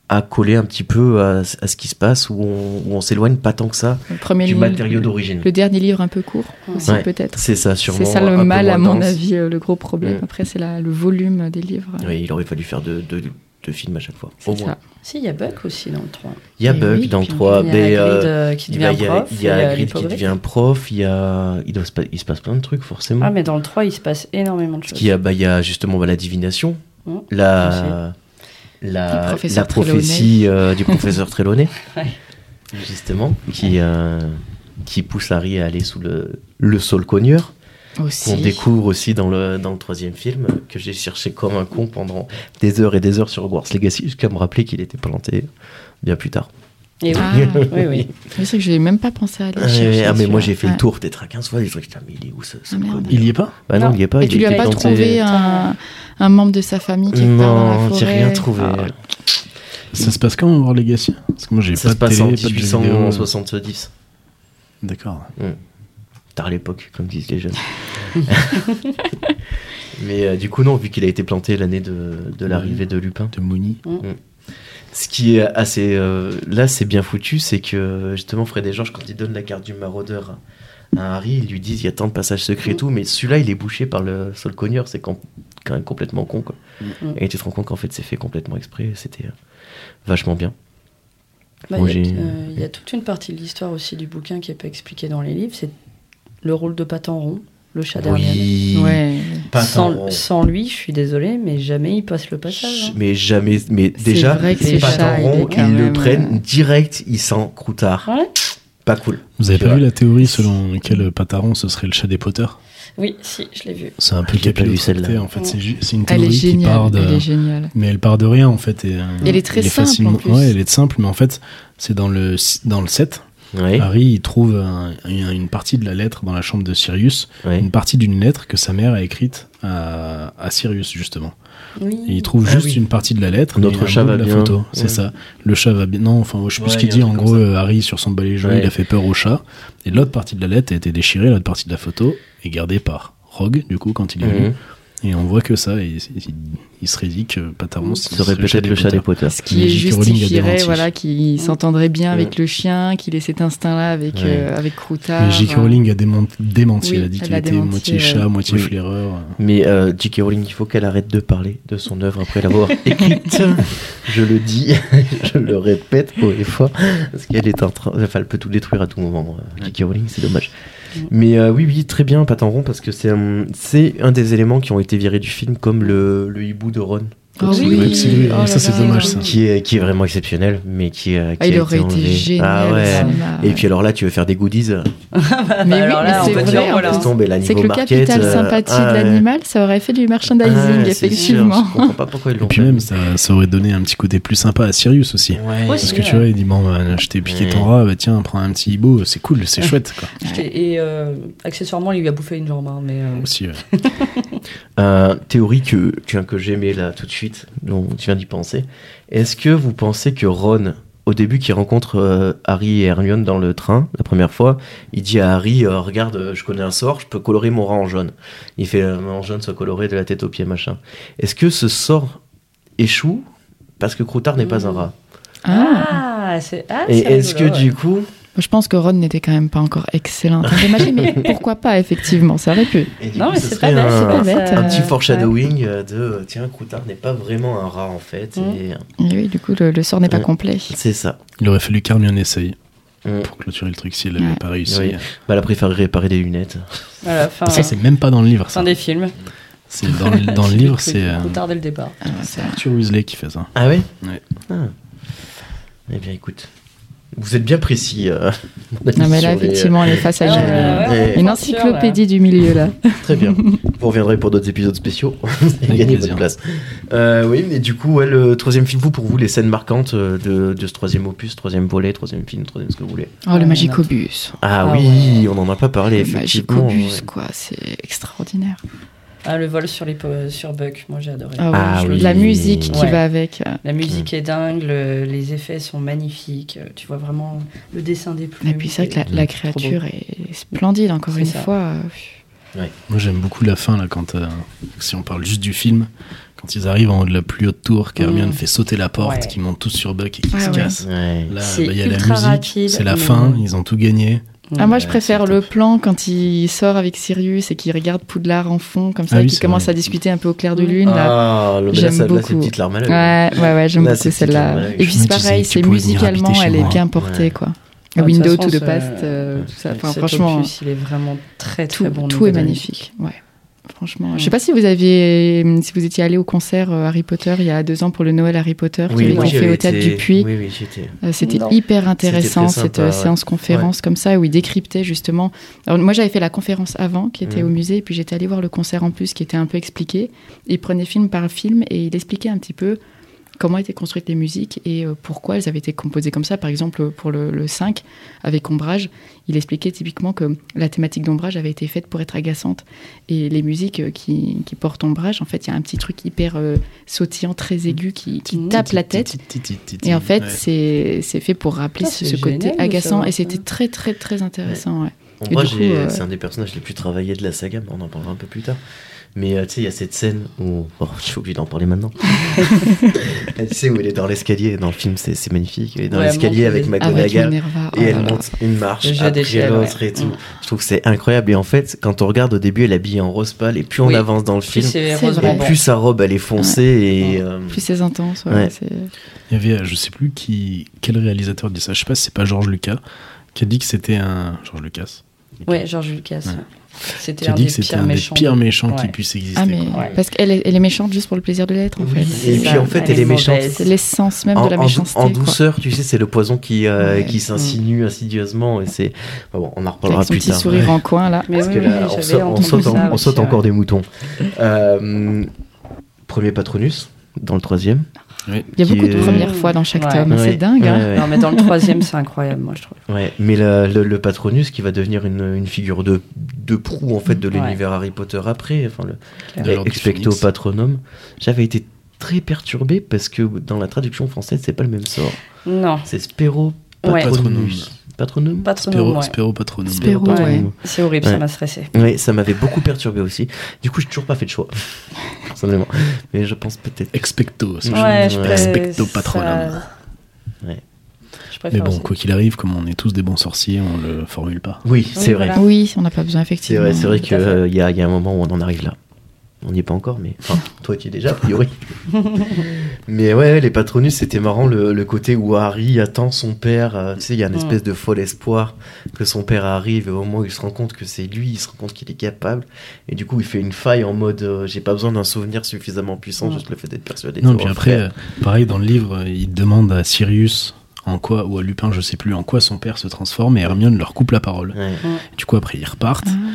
S1: à coller un petit peu à, à ce qui se passe, où on, où on s'éloigne pas tant que ça
S4: Le premier
S1: du
S4: livre.
S1: matériau d'origine.
S4: Le dernier livre un peu court aussi,
S1: Ouais.
S4: peut-être.
S1: C'est ça, sûrement.
S4: C'est ça
S1: un
S4: le
S1: peu
S4: mal,
S1: moins
S4: à mon
S1: dense.
S4: avis, euh, le gros problème.
S1: Mm.
S4: Après, c'est la- le volume des livres.
S1: Oui, il aurait fallu faire deux, deux- deux films à chaque fois.
S4: C'est
S1: Au
S4: ça.
S1: moins.
S3: Si, il y a Buck aussi dans le 3.
S1: Il y a
S4: Et
S1: Bug
S4: oui,
S1: dans le
S4: puis
S1: 3.
S3: il y a
S1: mais,
S3: Hagrid,
S1: euh,
S3: euh, qui
S1: il
S3: devient
S1: va- il y a,
S3: prof.
S1: il y a
S3: et, euh,
S1: Hagrid qui
S3: l'hippogriffe.
S1: devient prof, il, y a, il, doit se, pa- il se passe plein de trucs forcément.
S3: Ah, mais dans le 3, il se passe énormément de
S1: Parce
S3: choses.
S1: qu'il y a, bah, il y a justement bah, la divination,
S3: Mmh,
S1: la, la,
S4: Du professeur
S1: la prophétie euh,
S3: (laughs)
S1: du professeur Trelawney,
S3: Ouais.
S1: justement, qui, euh, qui pousse Harry à aller sous le, le sol cogneur, qu'on
S4: Aussi.
S1: découvre aussi dans le, dans le troisième film, que j'ai cherché comme un con pendant des heures et des heures sur Hogwarts Legacy, jusqu'à me rappeler qu'il était planté bien plus tard.
S3: Et oui.
S4: Ah,
S3: oui,
S1: (laughs)
S3: oui.
S4: c'est vrai que je n'ai même pas pensé à aller
S1: Ah,
S4: chercher
S1: mais moi
S4: celui-là.
S1: j'ai fait le
S4: Ouais.
S1: tour peut-être à 15 fois, et je me suis dit, Putain, mais il est où ce, ce
S4: Ah, merde.
S1: cogneur
S2: Il y est pas
S1: Bah non,
S3: Non.
S1: il n'y est pas.
S4: Et
S1: il
S4: tu lui
S1: est
S4: as pas
S1: planté.
S4: trouvé un, un membre de sa famille qui est part dans la
S1: Non,
S4: forêt
S1: j'ai rien trouvé.
S4: Ah,
S2: Ça se passe quand Hogwarts Legacy Parce que moi, j'ai
S1: ça
S2: pas
S1: se
S2: de
S1: passe
S2: télé,
S1: en
S2: pas de jeux vidéo.
S1: 1870.
S2: D'accord.
S1: Tard l'époque, comme disent les
S2: (laughs)
S1: jeunes. (laughs) Mais euh, du coup, non, vu qu'il a été planté l'année de, de l'arrivée de Lupin.
S2: De Mooney.
S1: Ce qui est assez. euh, là, c'est bien foutu, c'est que justement, Fred et Georges, quand ils donnent la carte du maraudeur à Harry, ils lui disent il y a tant de passages secrets et
S3: Mm.
S1: tout, mais celui-là, il est bouché par le sol cogneur, c'est quand, quand même complètement con, quoi.
S3: Mm.
S1: Et tu te rends compte qu'en fait, c'est fait complètement exprès, et c'était euh, vachement bien.
S3: Bah,
S1: Moi,
S3: il, y
S1: j'ai-
S3: a, euh, il y a toute une partie de l'histoire aussi du bouquin qui n'est pas expliquée dans les livres. C'est le rôle de Patanron, le chat d'Ariane.
S4: Ouais.
S3: Sans, sans lui, je suis désolée, mais jamais il passe le
S1: Ch-
S3: passage. hein.
S1: Mais jamais, mais
S4: C'est
S1: déjà,
S4: vrai que
S3: c'est
S1: pas
S3: chat,
S1: tant
S4: il est
S1: rond,
S4: quand
S1: ils le
S4: même,
S1: prennent
S4: euh,
S1: direct, ils s'en croutard.
S3: Ouais.
S1: Pas cool.
S2: Vous avez
S1: Tu
S2: pas
S1: vois.
S2: vu la théorie selon laquelle Pataron, ce serait le chat des Potter
S3: Oui, si, je l'ai vu.
S2: C'est un peu
S1: Je l'ai pas vu,
S2: capillotracté,
S1: celle-là.
S2: En fait, c'est ju- c'est une
S4: Elle
S2: théorie
S4: est
S2: qui part
S4: géniale.
S2: de.
S4: Elle est géniale.
S2: Mais elle part de rien en fait. Et, euh,
S4: Elle est très
S2: il
S4: simple, en
S2: facilement-
S4: plus.
S2: Ouais, elle est simple, mais en fait, c'est dans le, dans le 7.
S1: Ouais,
S2: Harry, il trouve un- une une partie de la lettre dans la chambre de Sirius,
S4: Ah.
S1: ouais.
S2: une partie d'une lettre que sa mère a écrite à, à Sirius, justement.
S3: Oui.
S2: Et il trouve
S1: Ah
S2: juste
S1: oui.
S2: une partie de la lettre.
S1: Notre
S2: mais un
S1: chat
S2: bout
S1: va
S2: de la
S1: bien.
S2: photo, c'est
S1: Ouais.
S2: ça. Le chat va bien. Non, enfin, je sais plus
S1: Ouais,
S2: ce qu'il
S1: il y a
S2: dit.
S1: un
S2: En
S1: truc
S2: gros,
S1: comme ça.
S2: euh, Harry, sur son balayage,
S1: Ouais.
S2: il a fait peur au chat. Et l'autre partie de la lettre a été déchirée, l'autre partie de la photo est gardée par Rogue, du coup, quand il est venu.
S4: Mm-hmm.
S1: Mhm.
S2: Et on voit que ça, et, il, il serait dit que Pataron
S1: Ce serait peut-être le chat des Potter.
S4: Ce qui
S2: Mais J.K. Rowling a
S4: justifierait
S2: démenti.
S4: voilà, qu'il s'entendrait bien avec le chien, qu'il ait cet instinct-là avec,
S1: Ouais.
S4: euh, avec Croutard.
S2: Mais J.K. Rowling a démon- démenti,
S4: Oui,
S2: elle a dit
S4: elle
S2: qu'il
S4: a
S2: était
S4: démenti,
S2: moitié
S4: euh,
S2: chat, moitié
S1: oui.
S2: flaireur.
S1: Mais euh, J.K. Rowling, il faut qu'elle arrête de parler de son œuvre après
S4: (laughs)
S1: l'avoir écrite. je le dis, (laughs) je le répète haut et fort, parce qu'elle est en train, enfin, elle peut tout détruire à tout moment. euh, J.K. Rowling, c'est dommage. Mais euh, oui, oui, très bien, Patent Rond, parce que c'est un, c'est un des éléments qui ont été virés du film, comme le, le hibou de Ron.
S4: Ah
S2: Absolument,
S4: oui,
S2: absolument.
S4: oh là
S2: Ça, c'est
S4: là.
S2: dommage, ça.
S1: qui est, qui est vraiment exceptionnel, mais qui, euh, qui
S4: Ah,
S1: a
S4: il
S1: été
S4: aurait été
S1: enlevé.
S4: génial
S1: Ah
S4: au
S1: ouais.
S4: cinéma,
S1: Et
S4: ouais.
S1: puis alors là, tu veux faire des goodies euh,
S3: Ah,
S4: Mais oui,
S3: alors là,
S4: mais
S3: on
S4: c'est
S3: va
S4: vrai,
S3: dire,
S4: en
S3: voilà.
S1: laisse tomber, là,
S4: C'est
S1: niveau
S4: que le
S1: market,
S4: capital
S1: euh,
S4: sympathie
S1: ah
S4: de
S1: ouais.
S4: l'animal, ça aurait fait du merchandising,
S1: Ouais, c'est sûr,
S4: effectivement.
S1: Je comprends pas pourquoi ils
S2: Et
S1: l'ont
S2: puis
S1: fait.
S2: même, ça, ça aurait donné un petit côté plus sympa à Sirius aussi.
S1: Ouais.
S3: Ouais,
S2: Parce
S3: c'est
S2: que
S3: vrai.
S2: tu vois, il dit Bon, bah, je t'ai piqué ton
S1: Ouais.
S2: rat, bah, tiens, prends un petit hibou, c'est cool, c'est chouette, quoi.
S3: Je t'ai- Et euh, accessoirement, il lui a bouffé une jambe. hein, mais, euh,
S2: Aussi, ouais.
S1: Euh, théorie que, que, que j'aimais là tout de suite, dont tu viens d'y penser. Est-ce que vous pensez que Ron, au début qui rencontre euh, Harry et Hermione dans le train, la première fois, il dit à Harry euh, Regarde, euh, je connais un sort, je peux colorer mon rat en jaune. Il fait euh, en jaune, se colorer de la tête aux pieds, machin. Est-ce que ce sort échoue parce que Croutard n'est pas un rat
S4: Ah.
S3: Ah, c'est. Ah,
S1: Et
S3: c'est
S1: est-ce que
S3: rigolo, ouais.
S1: du coup.
S4: Je pense que Ron n'était quand même pas encore excellent. en termes de magie, mais pourquoi pas, effectivement, ça aurait pu.
S1: et du
S3: Non,
S1: coup,
S3: mais
S1: ce
S3: c'est pas
S1: serait
S3: bête, c'est
S1: un-
S3: pas bête.
S1: Un
S4: euh,
S1: petit
S3: ouais.
S1: foreshadowing euh, de euh, tiens, Croutard n'est pas vraiment un rat en fait.
S3: Mm.
S1: et, euh,
S4: Et Eh oui, du coup, le, le sort n'est pas
S1: Ouais.
S4: complet.
S1: c'est ça.
S2: Il aurait fallu qu'Hermione essaye
S1: Mm.
S2: pour clôturer le truc si elle n'avait
S4: Ouais.
S2: pas réussi.
S1: Oui. Bah, elle a préféré réparer des lunettes.
S3: Voilà, fin,
S2: Ça, c'est même pas dans le livre,
S3: fin
S2: ça.
S3: des films.
S2: C'est dans, le-
S3: (laughs)
S2: dans le livre, c'est euh,
S3: Trop tard dès le départ.
S4: Ah, ça-
S2: Arthur Weasley qui fait ça.
S1: Ah ouais
S2: Ouais.
S1: Ah. Eh bien, écoute. Vous êtes bien précis. euh, mon avis
S4: Non, mais là,
S1: sur les- euh,
S4: effectivement, on est face
S1: Ah,
S4: à une- euh,
S1: ouais, ouais, ouais,
S4: une encyclopédie du milieu, là.
S1: Très
S4: (laughs)
S1: bien. Vous reviendrez pour d'autres épisodes spéciaux. (laughs) et gagner votre
S2: plaisir.
S1: place. Euh, oui, mais du coup, ouais, le troisième film, vous, pour vous, les scènes marquantes euh, de, de ce troisième opus, troisième volet, troisième film, troisième ce que vous voulez.
S4: Oh, le
S3: Ouais,
S4: magicobus.
S1: Ah,
S3: Ah
S1: oui, on n'en a pas parlé,
S4: Le
S1: effectivement.
S4: magicobus,
S1: ouais.
S4: quoi. C'est extraordinaire.
S3: Ah, le vol sur, les po- sur Buck, moi j'ai adoré.
S4: Ah, ouais,
S1: Ah
S4: je-
S1: oui.
S4: La musique qui
S3: Ouais. Ah
S4: va avec. euh,
S3: La musique
S1: Mm.
S3: est dingue, le- les effets sont magnifiques. euh, Tu vois vraiment le dessin des plumes.
S4: Et puis, c'est vrai que la, la créature est splendide, encore
S3: C'est
S4: une
S3: ça.
S4: fois. euh, pff.
S2: Moi j'aime beaucoup la fin là quand euh, si on parle juste du film, quand ils arrivent en haut de la plus haute tour, qu'Hermione
S3: Mm.
S2: fait sauter la porte,
S3: Ouais. Ah
S2: qu'ils montent tous sur Buck et qu'ils
S4: Ouais,
S2: se
S4: ouais.
S2: cassent.
S1: Ouais.
S2: Là, bah,
S3: C'est
S2: il y a la
S3: ultra
S2: musique,
S3: rapide, Mm.
S2: c'est la
S3: mais-
S2: fin, ils ont tout gagné.
S4: Ah, moi, je
S2: Ouais,
S4: préfère
S2: c'est
S4: le
S2: top.
S4: plan quand il sort avec Sirius et qu'il regarde Poudlard en fond, comme ça,
S2: Ah
S4: et
S2: oui,
S4: qu'il
S2: c'est
S4: commence
S2: vrai.
S4: à discuter un peu au clair de
S3: Ouais.
S4: lune. là.
S1: Ah, le
S4: J'aime
S1: J'aime là, c'est
S4: beaucoup.
S1: petite larme à l'œil.
S4: Ouais, ouais, ouais, j'aime
S1: Là,
S4: beaucoup
S1: c'est plutôt
S4: celle-là.
S1: mal.
S4: Et
S1: Je
S4: puis,
S2: me
S4: c'est
S2: disais
S4: pareil,
S2: que tu
S4: c'est
S2: pouvais venir habiter
S4: musicalement,
S2: chez
S4: elle est
S2: moi.
S4: bien portée,
S1: Ouais.
S4: quoi.
S3: Ah, de toute
S4: Window
S3: façon,
S4: to
S3: ce-
S4: the Past, euh, tout ça. Enfin,
S3: Cet
S4: franchement,
S3: opus, il est vraiment très très
S4: tout,
S3: bon.
S4: tout est
S3: niveau.
S4: magnifique. Ouais. Franchement, je sais
S3: Ouais.
S4: pas si vous aviez, euh, si vous étiez allé au concert euh, Harry Potter il y a deux ans pour le Noël Harry Potter qui avait
S1: moi,
S4: été
S1: j'y
S4: fait
S1: avais
S4: au Théâtre
S1: été.
S4: du Puy.
S1: Oui, oui, j'étais.
S4: Euh, C'était
S3: Non.
S4: hyper intéressant
S1: C'était très
S4: cette
S1: sympa,
S4: euh,
S1: ouais.
S4: séance conférence comme ça où ils décryptaient justement. Alors, moi j'avais fait la conférence avant qui était
S1: Mhm.
S4: au musée et puis j'étais allée voir le concert en plus qui était un peu expliqué. Ils prenaient film par film et il expliquait un petit peu comment étaient construites les musiques et euh, pourquoi elles avaient été composées comme ça. Par exemple pour le, le 5 avec Ombrage, il expliquait typiquement que la thématique d'Ombrage avait été faite pour être agaçante et les musiques euh, qui, qui portent Ombrage en fait il y a un petit truc hyper euh, sautillant très aigu qui, qui
S3: Mhm.
S4: tape la tête. Et en fait,
S2: Ouais.
S4: c'est c'est fait pour rappeler
S3: Ça,
S4: ce,
S3: c'est
S4: ce côté
S3: génial de
S4: agaçant.
S3: savoir
S4: Et
S3: ça.
S4: c'était très, très, très intéressant. ouais.
S1: En
S4: Et
S1: vrai,
S4: du coup,
S1: j'ai-
S4: euh,
S1: c'est un des personnages les plus travaillés de la saga, mais on en parlera un peu plus tard. Mais euh, tu sais, il y a cette scène où. Oh, J'ai oublié d'en parler
S4: (laughs)
S1: maintenant. tu sais, où elle est dans l'escalier. Dans le film, c'est c'est magnifique. Elle est dans
S3: Ouais,
S1: l'escalier
S3: moi,
S1: avec
S3: je-
S4: Avec
S1: McGonagall.
S4: Minerva. oh
S1: Et elle
S4: là là.
S1: monte une marche,
S3: Le jeu
S1: après
S3: d'échelle,
S1: l'autre
S3: ouais.
S1: et tout.
S3: Mm.
S1: Je trouve que c'est incroyable. Et en fait, quand on regarde au début, elle est habillée en rose pâle. Et plus on
S3: Oui.
S1: avance dans le
S3: Puis
S1: film,
S3: c'est
S4: C'est
S3: Rose
S1: et
S4: vrai.
S3: Bonbon.
S1: plus sa robe, elle est foncée. Et, euh,
S4: Plus c'est intense. ouais,
S1: Ouais.
S4: c'est-
S2: Il y avait, euh, je sais plus qui, quel réalisateur dit ça, je sais pas si c'est pas Georges Lucas, qui a dit que c'était un. Georges Lucas
S3: Ouais, George Lucas.
S2: Ouais.
S3: ouais. C'était
S2: Qui a
S3: un
S2: dit
S3: des
S2: que c'était
S3: pires
S2: un des
S3: méchants.
S2: pires méchants qui
S3: Ouais.
S2: puisse exister.
S4: Ah, mais
S2: quoi.
S3: Ouais.
S4: parce qu'elle est, elle est méchante juste pour le plaisir de l'être, en
S1: Oui,
S4: fait.
S1: et
S4: C'est
S1: puis
S4: ça.
S1: en fait,
S4: Ouais.
S1: elle est méchante.
S3: mauvaise.
S4: C'est l'essence même
S1: En,
S4: de la
S1: en dou-
S4: méchanceté.
S1: en
S4: quoi.
S1: douceur, tu sais, c'est le poison qui, euh,
S4: Ouais. Mm.
S1: qui s'insinue insidieusement. Et c'est. Bon, bon, on en reparlera
S4: Avec son
S1: plus
S4: petit
S1: tard.
S4: sourire en coin, là.
S3: Mais
S1: Parce
S3: oui,
S1: que
S3: oui,
S1: là, on
S3: j'avais
S1: saute, on
S3: entendu
S1: saute, en-
S3: ça
S1: on
S3: aussi,
S1: saute
S3: ouais.
S1: encore des moutons. Euh, premier patronus, dans le troisième.
S2: Oui.
S4: Il y a
S1: qui
S4: beaucoup de
S1: est-
S4: premières fois dans chaque
S3: Ouais.
S4: tome.
S1: Ouais.
S4: C'est dingue. hein.
S1: Ouais,
S3: Non, mais dans le troisième, c'est incroyable, moi je trouve.
S1: Ouais, mais la- le, le Patronus qui va devenir une, une figure de, de proue en fait de
S3: Ouais.
S1: l'univers Harry Potter après, enfin le
S3: Clair.
S2: De l'ordre du
S1: expecto
S2: Phénix.
S1: patronum. J'avais été très perturbé parce que dans la traduction française c'est pas le même sort.
S3: Non,
S1: C'est Spero
S3: Ouais.
S1: patronus. Patronum.
S3: pas trop
S2: Spéro,
S3: non, ouais.
S2: Spéro Patronum.
S4: Spéro,
S3: Ouais,
S4: ouais.
S3: C'est horrible,
S1: Ouais.
S3: ça m'a stressé.
S1: Oui, ça m'avait beaucoup perturbé aussi. Du coup, j'ai toujours pas fait de choix, (laughs) personnellement. Mais je pense peut-être.
S2: Expecto. ça, je-
S3: Ouais, je
S1: Ouais.
S3: pré-
S2: Expecto
S3: ça-
S2: patronum.
S1: Ouais.
S3: Je
S2: Mais
S3: préfère
S2: bon,
S3: aussi.
S2: quoi qu'il arrive, comme on est tous des bons sorciers, on le formule pas.
S1: Oui, c'est vrai.
S3: voilà.
S4: Oui, on n'a pas besoin,
S1: C'est
S4: effectivement.
S1: vrai, c'est vrai
S3: tout
S1: qu'il
S3: à fait.
S1: y, a, y a un moment où on en arrive là. On n'y est pas encore, mais. Enfin, toi, tu y es déjà, a
S3: (laughs)
S1: priori. mais ouais, les Patronus, c'était marrant le, le côté où Harry attend son père. euh, tu sais, il y a une espèce de fol espoir que son père arrive et au moment où il se rend compte que c'est lui, il se rend compte qu'il est capable. Et du coup, il fait une faille en mode euh, j'ai pas besoin d'un souvenir suffisamment puissant,
S3: Mm.
S1: juste le fait d'être persuadé. de
S2: Non, puis
S1: devoir
S2: après,
S1: le faire.
S2: euh, pareil, dans le livre, euh, il demande à Sirius en quoi, ou à Lupin, je sais plus, en quoi son père se transforme, et Hermione leur coupe la parole.
S1: Ouais.
S2: Du coup, après, ils repartent,
S4: Ah.
S3: Mm.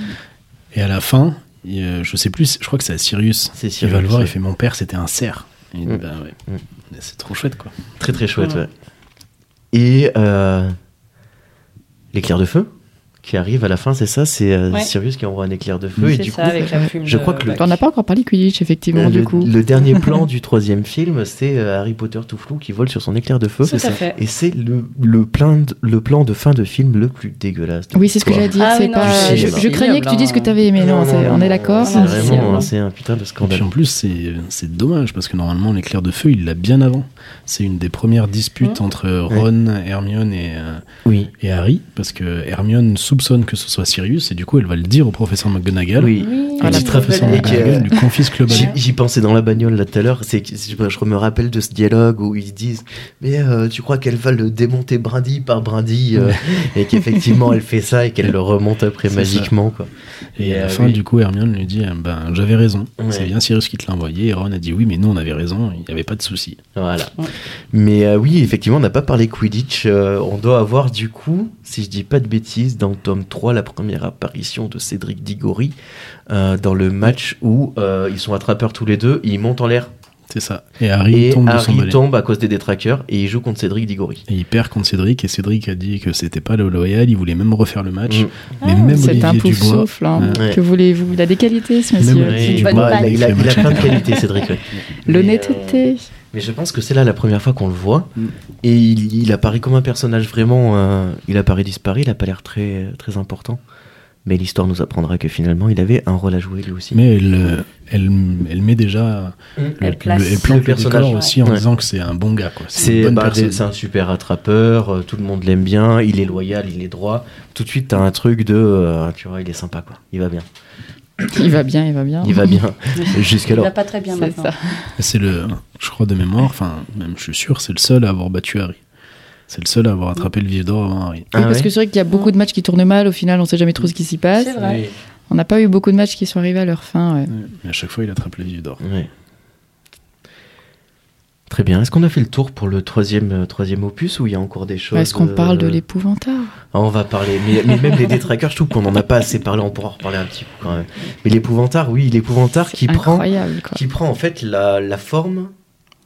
S2: et à la fin, il, euh, je sais plus, je crois que c'est à Sirius.
S1: C'est
S2: Il
S1: Sirius,
S2: va le voir,
S1: ouais.
S2: il fait Mon père, c'était un cerf. Et
S1: Mm.
S2: bah ouais.
S1: Mm.
S2: Mais C'est trop chouette, quoi.
S1: Très très chouette,
S3: Ouais.
S1: ouais. Et euh, l'éclair de feu qui arrive à la fin, c'est ça C'est euh,
S3: Ouais.
S1: Sirius qui envoie un éclair de feu. Et
S3: C'est
S1: du
S3: ça,
S1: coup,
S3: avec la plume
S1: je
S3: de
S1: crois que le-
S3: Buck.
S4: On n'a pas encore parlé Quidditch, effectivement,
S1: euh,
S4: du
S1: le,
S4: coup.
S1: le dernier
S4: (laughs)
S1: plan du troisième film, c'est euh, Harry Potter tout flou qui vole sur son éclair de feu.
S3: Tout à fait.
S1: Et c'est le, le, plein de- le plan de fin de film le plus dégueulasse. de
S4: Oui, c'est ce que
S1: l'histoire.
S4: j'allais dire.
S3: Ah
S4: c'est
S3: oui, non,
S4: pas...
S1: c'est-
S4: je,
S1: c'est
S4: je craignais que tu
S3: horrible,
S4: dises que
S3: hein.
S4: tu avais aimé. Non, c'est- on est d'accord.
S1: C'est
S4: non,
S1: vraiment
S4: c'est-
S1: c'est un putain de
S2: Et puis
S1: scandale.
S2: en plus, c'est c'est dommage, parce que normalement, l'éclair de feu, il l'a bien avant. C'est une des
S1: Mm.
S2: premières disputes entre Ron, Hermione et, euh,
S1: Oui.
S2: et Harry, parce que Hermione, sous soupçonne que ce soit Sirius, et du coup, elle va le dire au professeur McGonagall.
S1: Oui.
S3: Oui,
S2: Elle
S4: Voilà.
S2: dit professeur
S1: Et que-
S2: McGonagall, lui confisque le
S1: J'y- (laughs)
S2: ballon.
S1: J'y pensais dans la bagnole là tout à l'heure, c'est que je, je me rappelle de ce dialogue où ils disent mais euh, tu crois qu'elle va le démonter brindille par brindille euh, et qu'effectivement elle fait ça et qu'elle le remonte après
S2: C'est
S1: magiquement quoi.
S2: Et à
S1: Euh,
S2: la fin,
S1: oui.
S2: du coup, Hermione lui dit eh Ben, j'avais raison.
S1: Ouais.
S2: C'est bien Sirius qui te l'a envoyé. Et Ron a dit Oui, mais nous, on avait raison. Il n'y avait pas de souci.
S1: Voilà.
S3: Ouais.
S1: Mais euh, oui, effectivement, on n'a pas parlé Quidditch. Euh, on doit avoir, du coup, si je dis pas de bêtises, dans le tome 3, la première apparition de Cédric Diggory euh, dans le match où euh, ils sont attrapeurs tous les deux, ils montent en l'air
S2: C'est ça. Et Harry
S1: et
S2: tombe de son
S1: Harry
S2: balai.
S1: tombe à cause des détraqueurs et il joue contre Cédric Diggory.
S2: Et il perd contre Cédric. Et Cédric a dit que c'était pas le loyal. Il voulait même refaire le match.
S1: Mm.
S2: Mais
S3: Ah,
S2: même
S4: C'est un
S2: Olivier
S4: pouf
S2: Dubois.
S4: souffle. hein.
S1: Ouais.
S4: Que voulez-vous Il a des qualités, ce monsieur.
S2: Même
S1: Ouais,
S2: Olivier
S3: une
S1: Dubois,
S3: bonne
S1: il, a,
S3: balle.
S1: il a- il a plein de
S2: Ouais.
S1: qualités, Cédric. ouais. Mais, euh,
S4: L'honnêteté.
S1: Mais je pense que c'est là la première fois qu'on le voit.
S2: Mm.
S1: Et il, il apparaît comme un personnage vraiment. euh, il apparaît disparu, il a pas l'air très, très important. Mais l'histoire nous apprendra que finalement, il avait un rôle à jouer lui aussi. Mm.
S2: Mais elle, euh, elle, elle met déjà.
S3: Elle place
S2: elle plante
S1: le
S2: le
S1: personnage,
S2: décor aussi en
S1: ouais.
S2: disant que c'est un bon gars. quoi. C'est une
S1: C'est
S2: bonne
S1: bah,
S2: personne.
S1: des- c'est un super attrapeur, euh, tout le monde l'aime bien, il est loyal, il est droit. Tout de suite, t'as un truc de. euh, tu vois, il est sympa, quoi. Il va bien.
S4: Il va bien, il va bien.
S1: euh, Il va bien. Jusqu'alors.
S3: va pas très bien
S4: C'est
S3: maintenant.
S4: ça.
S2: C'est le, je crois de mémoire, enfin, même je suis sûr, c'est le seul à avoir battu Harry. C'est le seul à avoir attrapé le vif d'or avant Harry.
S1: Ah
S4: Oui, parce
S1: ouais
S4: que c'est vrai qu'il y a beaucoup de matchs qui tournent mal. Au final, on sait jamais trop ce qui s'y passe.
S3: C'est vrai.
S4: On n'a pas eu beaucoup de matchs qui sont arrivés à leur fin. ouais.
S2: Mais à chaque fois, il attrape le vif d'or.
S1: Ouais. Très bien. Est-ce qu'on a fait le tour pour le troisième, euh, troisième opus ou il y a encore des choses
S4: Est-ce qu'on
S1: euh,
S4: parle de l'épouvantard
S1: Ah, On va parler. Mais, mais même les détraqueurs, je trouve qu'on en a pas assez parlé. On pourra en reparler un petit peu quand même. Mais l'épouvantard, oui, l'épouvantard qui prend,
S4: Incroyable, quoi.
S1: qui prend en fait la, la forme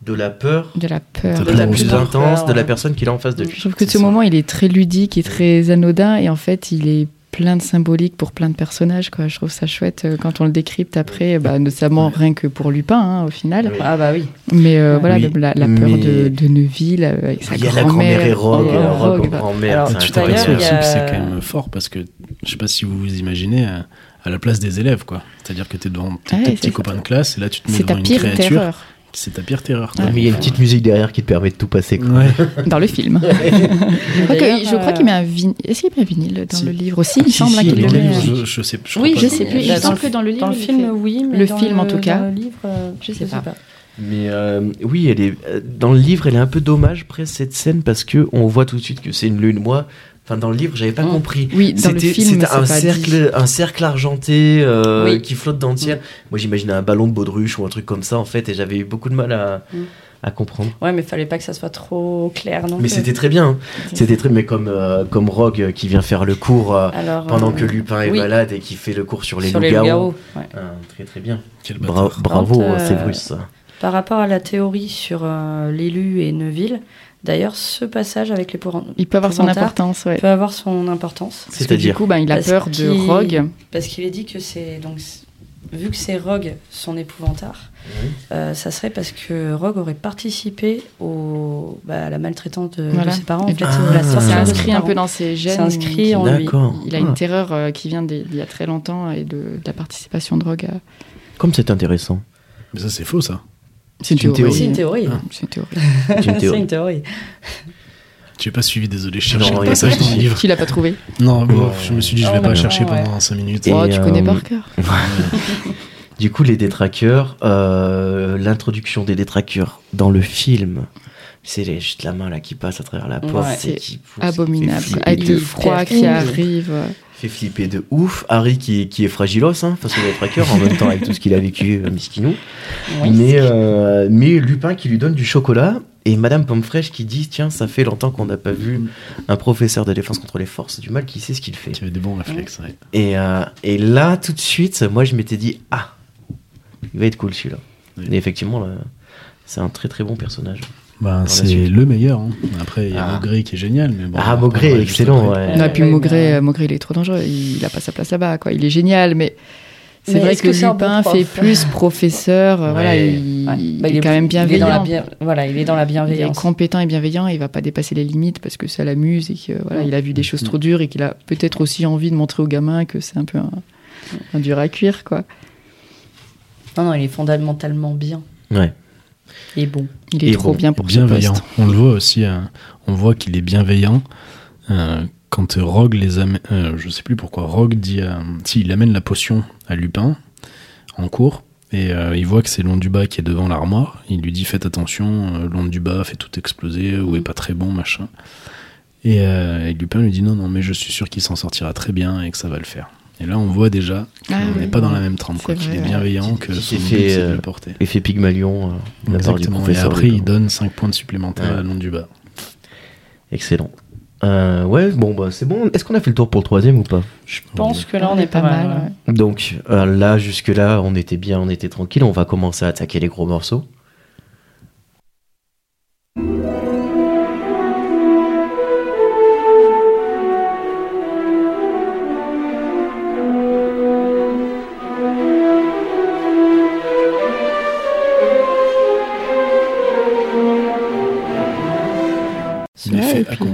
S1: de la peur
S4: De la peur.
S2: Ça
S1: la
S2: Peur,
S1: plus
S2: peur,
S1: intense de la
S3: ouais.
S1: personne qu'il a en face de lui.
S4: Je trouve que
S1: C'est
S4: ce
S1: ça.
S4: moment, il est très ludique et très anodin, et en fait, il est plein de symboliques pour plein de personnages. Quoi. Je trouve ça chouette euh, quand on le décrypte après, bah, notamment rien que pour Lupin, hein, au final.
S1: Oui.
S3: Ah bah oui.
S4: Mais euh,
S3: Oui,
S4: voilà, le- la, la peur
S1: mais-
S4: de, de Neville euh, avec sa
S1: Il y a la grand-mère et Rogue,
S4: Oh,
S1: et la
S4: Rogue,
S1: Rogue
S4: bah.
S1: grand-mère.
S3: Alors,
S1: c'est
S2: tu
S1: un
S3: t'aperçois
S2: t'aperçois
S1: truc,
S3: il y
S2: aussi
S1: euh,
S3: a-
S2: que c'est quand même fort parce que je sais pas si vous vous imaginez euh, à la place des élèves, quoi. C'est-à-dire que t'es devant tes
S4: Ouais,
S2: tes
S4: c'est
S2: petits copains de classe et là, tu te mets
S4: C'est
S2: devant
S4: ta
S2: une
S4: pire
S2: créature.
S4: terreur
S2: C'est ta pire terreur. quoi.
S1: Mais il y a une petite musique derrière qui te permet de tout passer. quoi.
S2: Ouais.
S4: dans
S3: (laughs)
S4: le film. Quoique,
S3: D'ailleurs,
S4: je crois
S3: euh,
S4: qu'il met un vinyle. Est-ce qu'il met un vinyle dans
S2: Si.
S4: le livre aussi Il me
S2: Si,
S4: semble
S2: si,
S4: hein, qu'il
S2: il
S4: le
S2: y a
S4: met.
S2: une-
S4: euh,
S2: je, je sais, je
S4: Oui,
S2: crois
S4: je
S2: pas
S4: sais
S2: si-
S4: plus.
S2: je
S4: Il me
S2: sais
S4: semble
S2: plus.
S4: que dans le livre.
S3: Dans le
S4: il
S3: film,
S4: fait.
S3: oui, mais
S4: Le
S3: dans
S4: film, en tout cas.
S3: Dans le livre, euh,
S4: Je sais pas.
S1: Mais euh, oui, elle est euh, dans le livre, elle est un peu dommage après cette scène parce que on voit tout de suite que c'est une lune. Moi, enfin dans le livre, j'avais pas
S3: Mm.
S1: compris.
S4: euh, Oui, dans le
S1: C'était
S4: film,
S1: c'était
S4: c'est
S1: un
S4: pas dit.
S1: cercle, un cercle argenté euh,
S3: Oui.
S1: qui flotte dans le ciel. Moi, j'imaginais un ballon de baudruche ou un truc comme ça en fait, et j'avais eu beaucoup de mal à,
S3: Mm.
S1: à comprendre.
S3: Ouais, mais fallait pas que ça soit trop clair non
S1: Mais
S3: plus.
S1: c'était très bien. hein. C'était très, mais comme euh, comme Rogue euh, qui vient faire le cours euh,
S3: Alors,
S1: pendant
S3: euh,
S1: que Lupin est
S3: oui.
S1: malade et qui fait le cours sur les
S3: sur les
S1: loups-garous.
S3: loups-garous, ouais.
S1: Ah, très très bien.
S2: Quel
S1: Bra-
S2: bâtard.
S1: bravo,
S3: Quand, euh,
S1: c'est Bruce.
S3: Par rapport à la théorie sur euh, l'élu et Neuville, d'ailleurs, ce passage avec les pourrants
S4: Il peut avoir son
S3: Épouvantard.
S4: importance, ouais.
S3: peut avoir son importance.
S4: Parce que du
S1: C'est-à-dire.
S4: coup, ben, il a
S3: Parce
S4: peur de
S3: qu'il-
S4: Rogue.
S3: Parce qu'il est dit que c'est. Donc, c'est- vu que c'est Rogue son épouvantard,
S1: Oui.
S3: euh, ça serait parce que Rogue aurait participé au, bah, à la maltraitance de, de
S4: Voilà.
S3: ses parents.
S4: Et
S3: en fait,
S4: du
S1: coup,
S3: ou la
S1: ah.
S3: sorcière
S4: C'est
S1: Ah.
S3: de ses
S4: inscrit un
S3: parents.
S4: peu dans ses gènes.
S3: C'est inscrit
S4: qui-
S3: en lui.
S1: D'accord.
S4: Il a une
S1: Ah.
S4: terreur euh, qui vient d'il y a très longtemps et de, de la participation de Rogue. à-
S1: Comme c'est intéressant.
S2: Mais ça, c'est faux, ça.
S4: C'est une
S1: C'est une
S4: théorie.
S3: Oui, C'est une théorie.
S4: Ah, c'est une théorie.
S1: C'est une
S3: (laughs) C'est
S1: théorie.
S3: une théorie.
S2: J'ai pas suivi, désolé. Je cherchais
S1: Non,
S2: le
S1: il y a
S2: passage
S1: pas de
S2: dans le livre.
S4: Tu l'as pas trouvé
S2: Non, bon,
S1: Ouais.
S2: je me suis dit, je
S3: Ah,
S2: vais pas
S3: d'accord,
S2: chercher
S3: ouais.
S2: pendant 5 minutes.
S1: Et,
S4: Oh, Tu
S1: euh,
S4: connais par cœur.
S1: Du coup, les détraqueurs, euh, l'introduction des détraqueurs dans le film, c'est les- juste la main là qui passe à travers la porte,
S3: Ouais.
S1: c'est
S4: C'est
S1: qui pousse,
S4: Abominable.
S1: qui fait flipper
S4: Avec
S1: de
S4: le froid qui
S3: Ouh.
S4: arrive.
S1: fait flipper de ouf. Harry qui, qui est fragilos hein, face aux détraqueurs, en même temps avec tout ce qu'il a vécu, euh, miskinou. Mais, euh, mais Lupin qui lui donne du chocolat et Madame Pomfrèche qui dit tiens, ça fait longtemps qu'on n'a pas
S4: Mm.
S1: vu un professeur de défense contre les forces du mal qui sait ce qu'il fait.
S2: Qui avait des bons réflexes, ouais.
S1: Et, euh, et là, tout de suite, moi, je m'étais dit Ah, il va être cool celui-là.
S2: Oui.
S1: Et effectivement, là, c'est un très très bon personnage.
S2: Ben,
S1: la
S2: c'est
S1: suite.
S2: le meilleur. hein. Après, il y a
S1: Ah.
S2: Maugré qui est génial. Mais bon,
S1: ah,
S2: on
S1: Maugré,
S2: parlera
S1: est
S2: juste
S1: excellent.
S2: après.
S1: ouais.
S4: On a
S3: Ouais,
S4: pu
S3: ouais,
S4: Maugré,
S3: mais-
S4: euh, Maugré, il est trop dangereux. Il il a pas sa place là-bas. quoi. Il est génial, mais c'est
S3: Mais
S4: vrai
S3: est-ce
S4: que,
S3: que c'est un
S4: Lupin
S3: bon prof (laughs)
S4: fait plus professeur. euh,
S1: Ouais.
S4: Voilà, il,
S3: Ouais.
S4: il
S3: Bah,
S4: est quand même
S3: il est dans la
S4: bienveillant.
S3: bien- Voilà, il est dans la
S4: Il est
S3: bienveillance.
S4: compétent et bienveillant. Il va pas dépasser les limites parce que ça l'amuse et que voilà,
S3: Ouais.
S4: il a vu des choses trop dures et qu'il a peut-être aussi envie de montrer aux gamins que c'est un peu un, un dur à cuire, quoi.
S3: Non, non, il est fondamentalement bien.
S1: Ouais.
S3: Et bon.
S4: Il est
S1: Et
S4: trop
S1: bon,
S4: bien pour ce
S2: bienveillant.
S4: poste.
S2: On le voit aussi. euh, on voit qu'il est bienveillant. euh, quand euh, Rogue les amène, euh, je sais plus pourquoi, Rogue dit, à- si il amène la potion à Lupin en cours et euh, il voit que c'est Londuba qui est devant l'armoire, il lui dit faites attention, euh, Londuba fait tout exploser ou est
S4: Mm.
S2: pas très bon machin. Et, euh, et Lupin lui dit non non mais je suis sûr qu'il s'en sortira très bien et que ça va le faire. Et là on voit déjà qu'on
S4: Ah
S2: n'est
S4: oui.
S2: pas dans la même trempe,
S4: C'est
S2: quoi, qu'il
S4: vrai,
S2: est
S4: ouais.
S2: bienveillant,
S1: Qui-
S2: que
S1: qui s'est
S2: son but
S1: fait,
S2: c'est de
S1: euh,
S2: le porter.
S1: Effet Pygmalion euh, de la part du
S2: Exactement. Et
S1: professeur.
S2: après il
S1: Lupin.
S2: donne 5 points de supplémentaires
S1: hein. Ouais.
S2: à Londuba.
S1: Excellent. Euh, ouais, bon, bah, c'est bon. Est-ce qu'on a fait le tour pour le troisième ou pas
S2: Je
S3: Je pense que là, on est pas mal. ouais.
S1: Donc, euh, là, jusque-là, on était bien, on était tranquille. On va commencer à attaquer les gros morceaux.
S4: C'est
S2: L'effet
S4: vrai, et puis,
S2: accompli.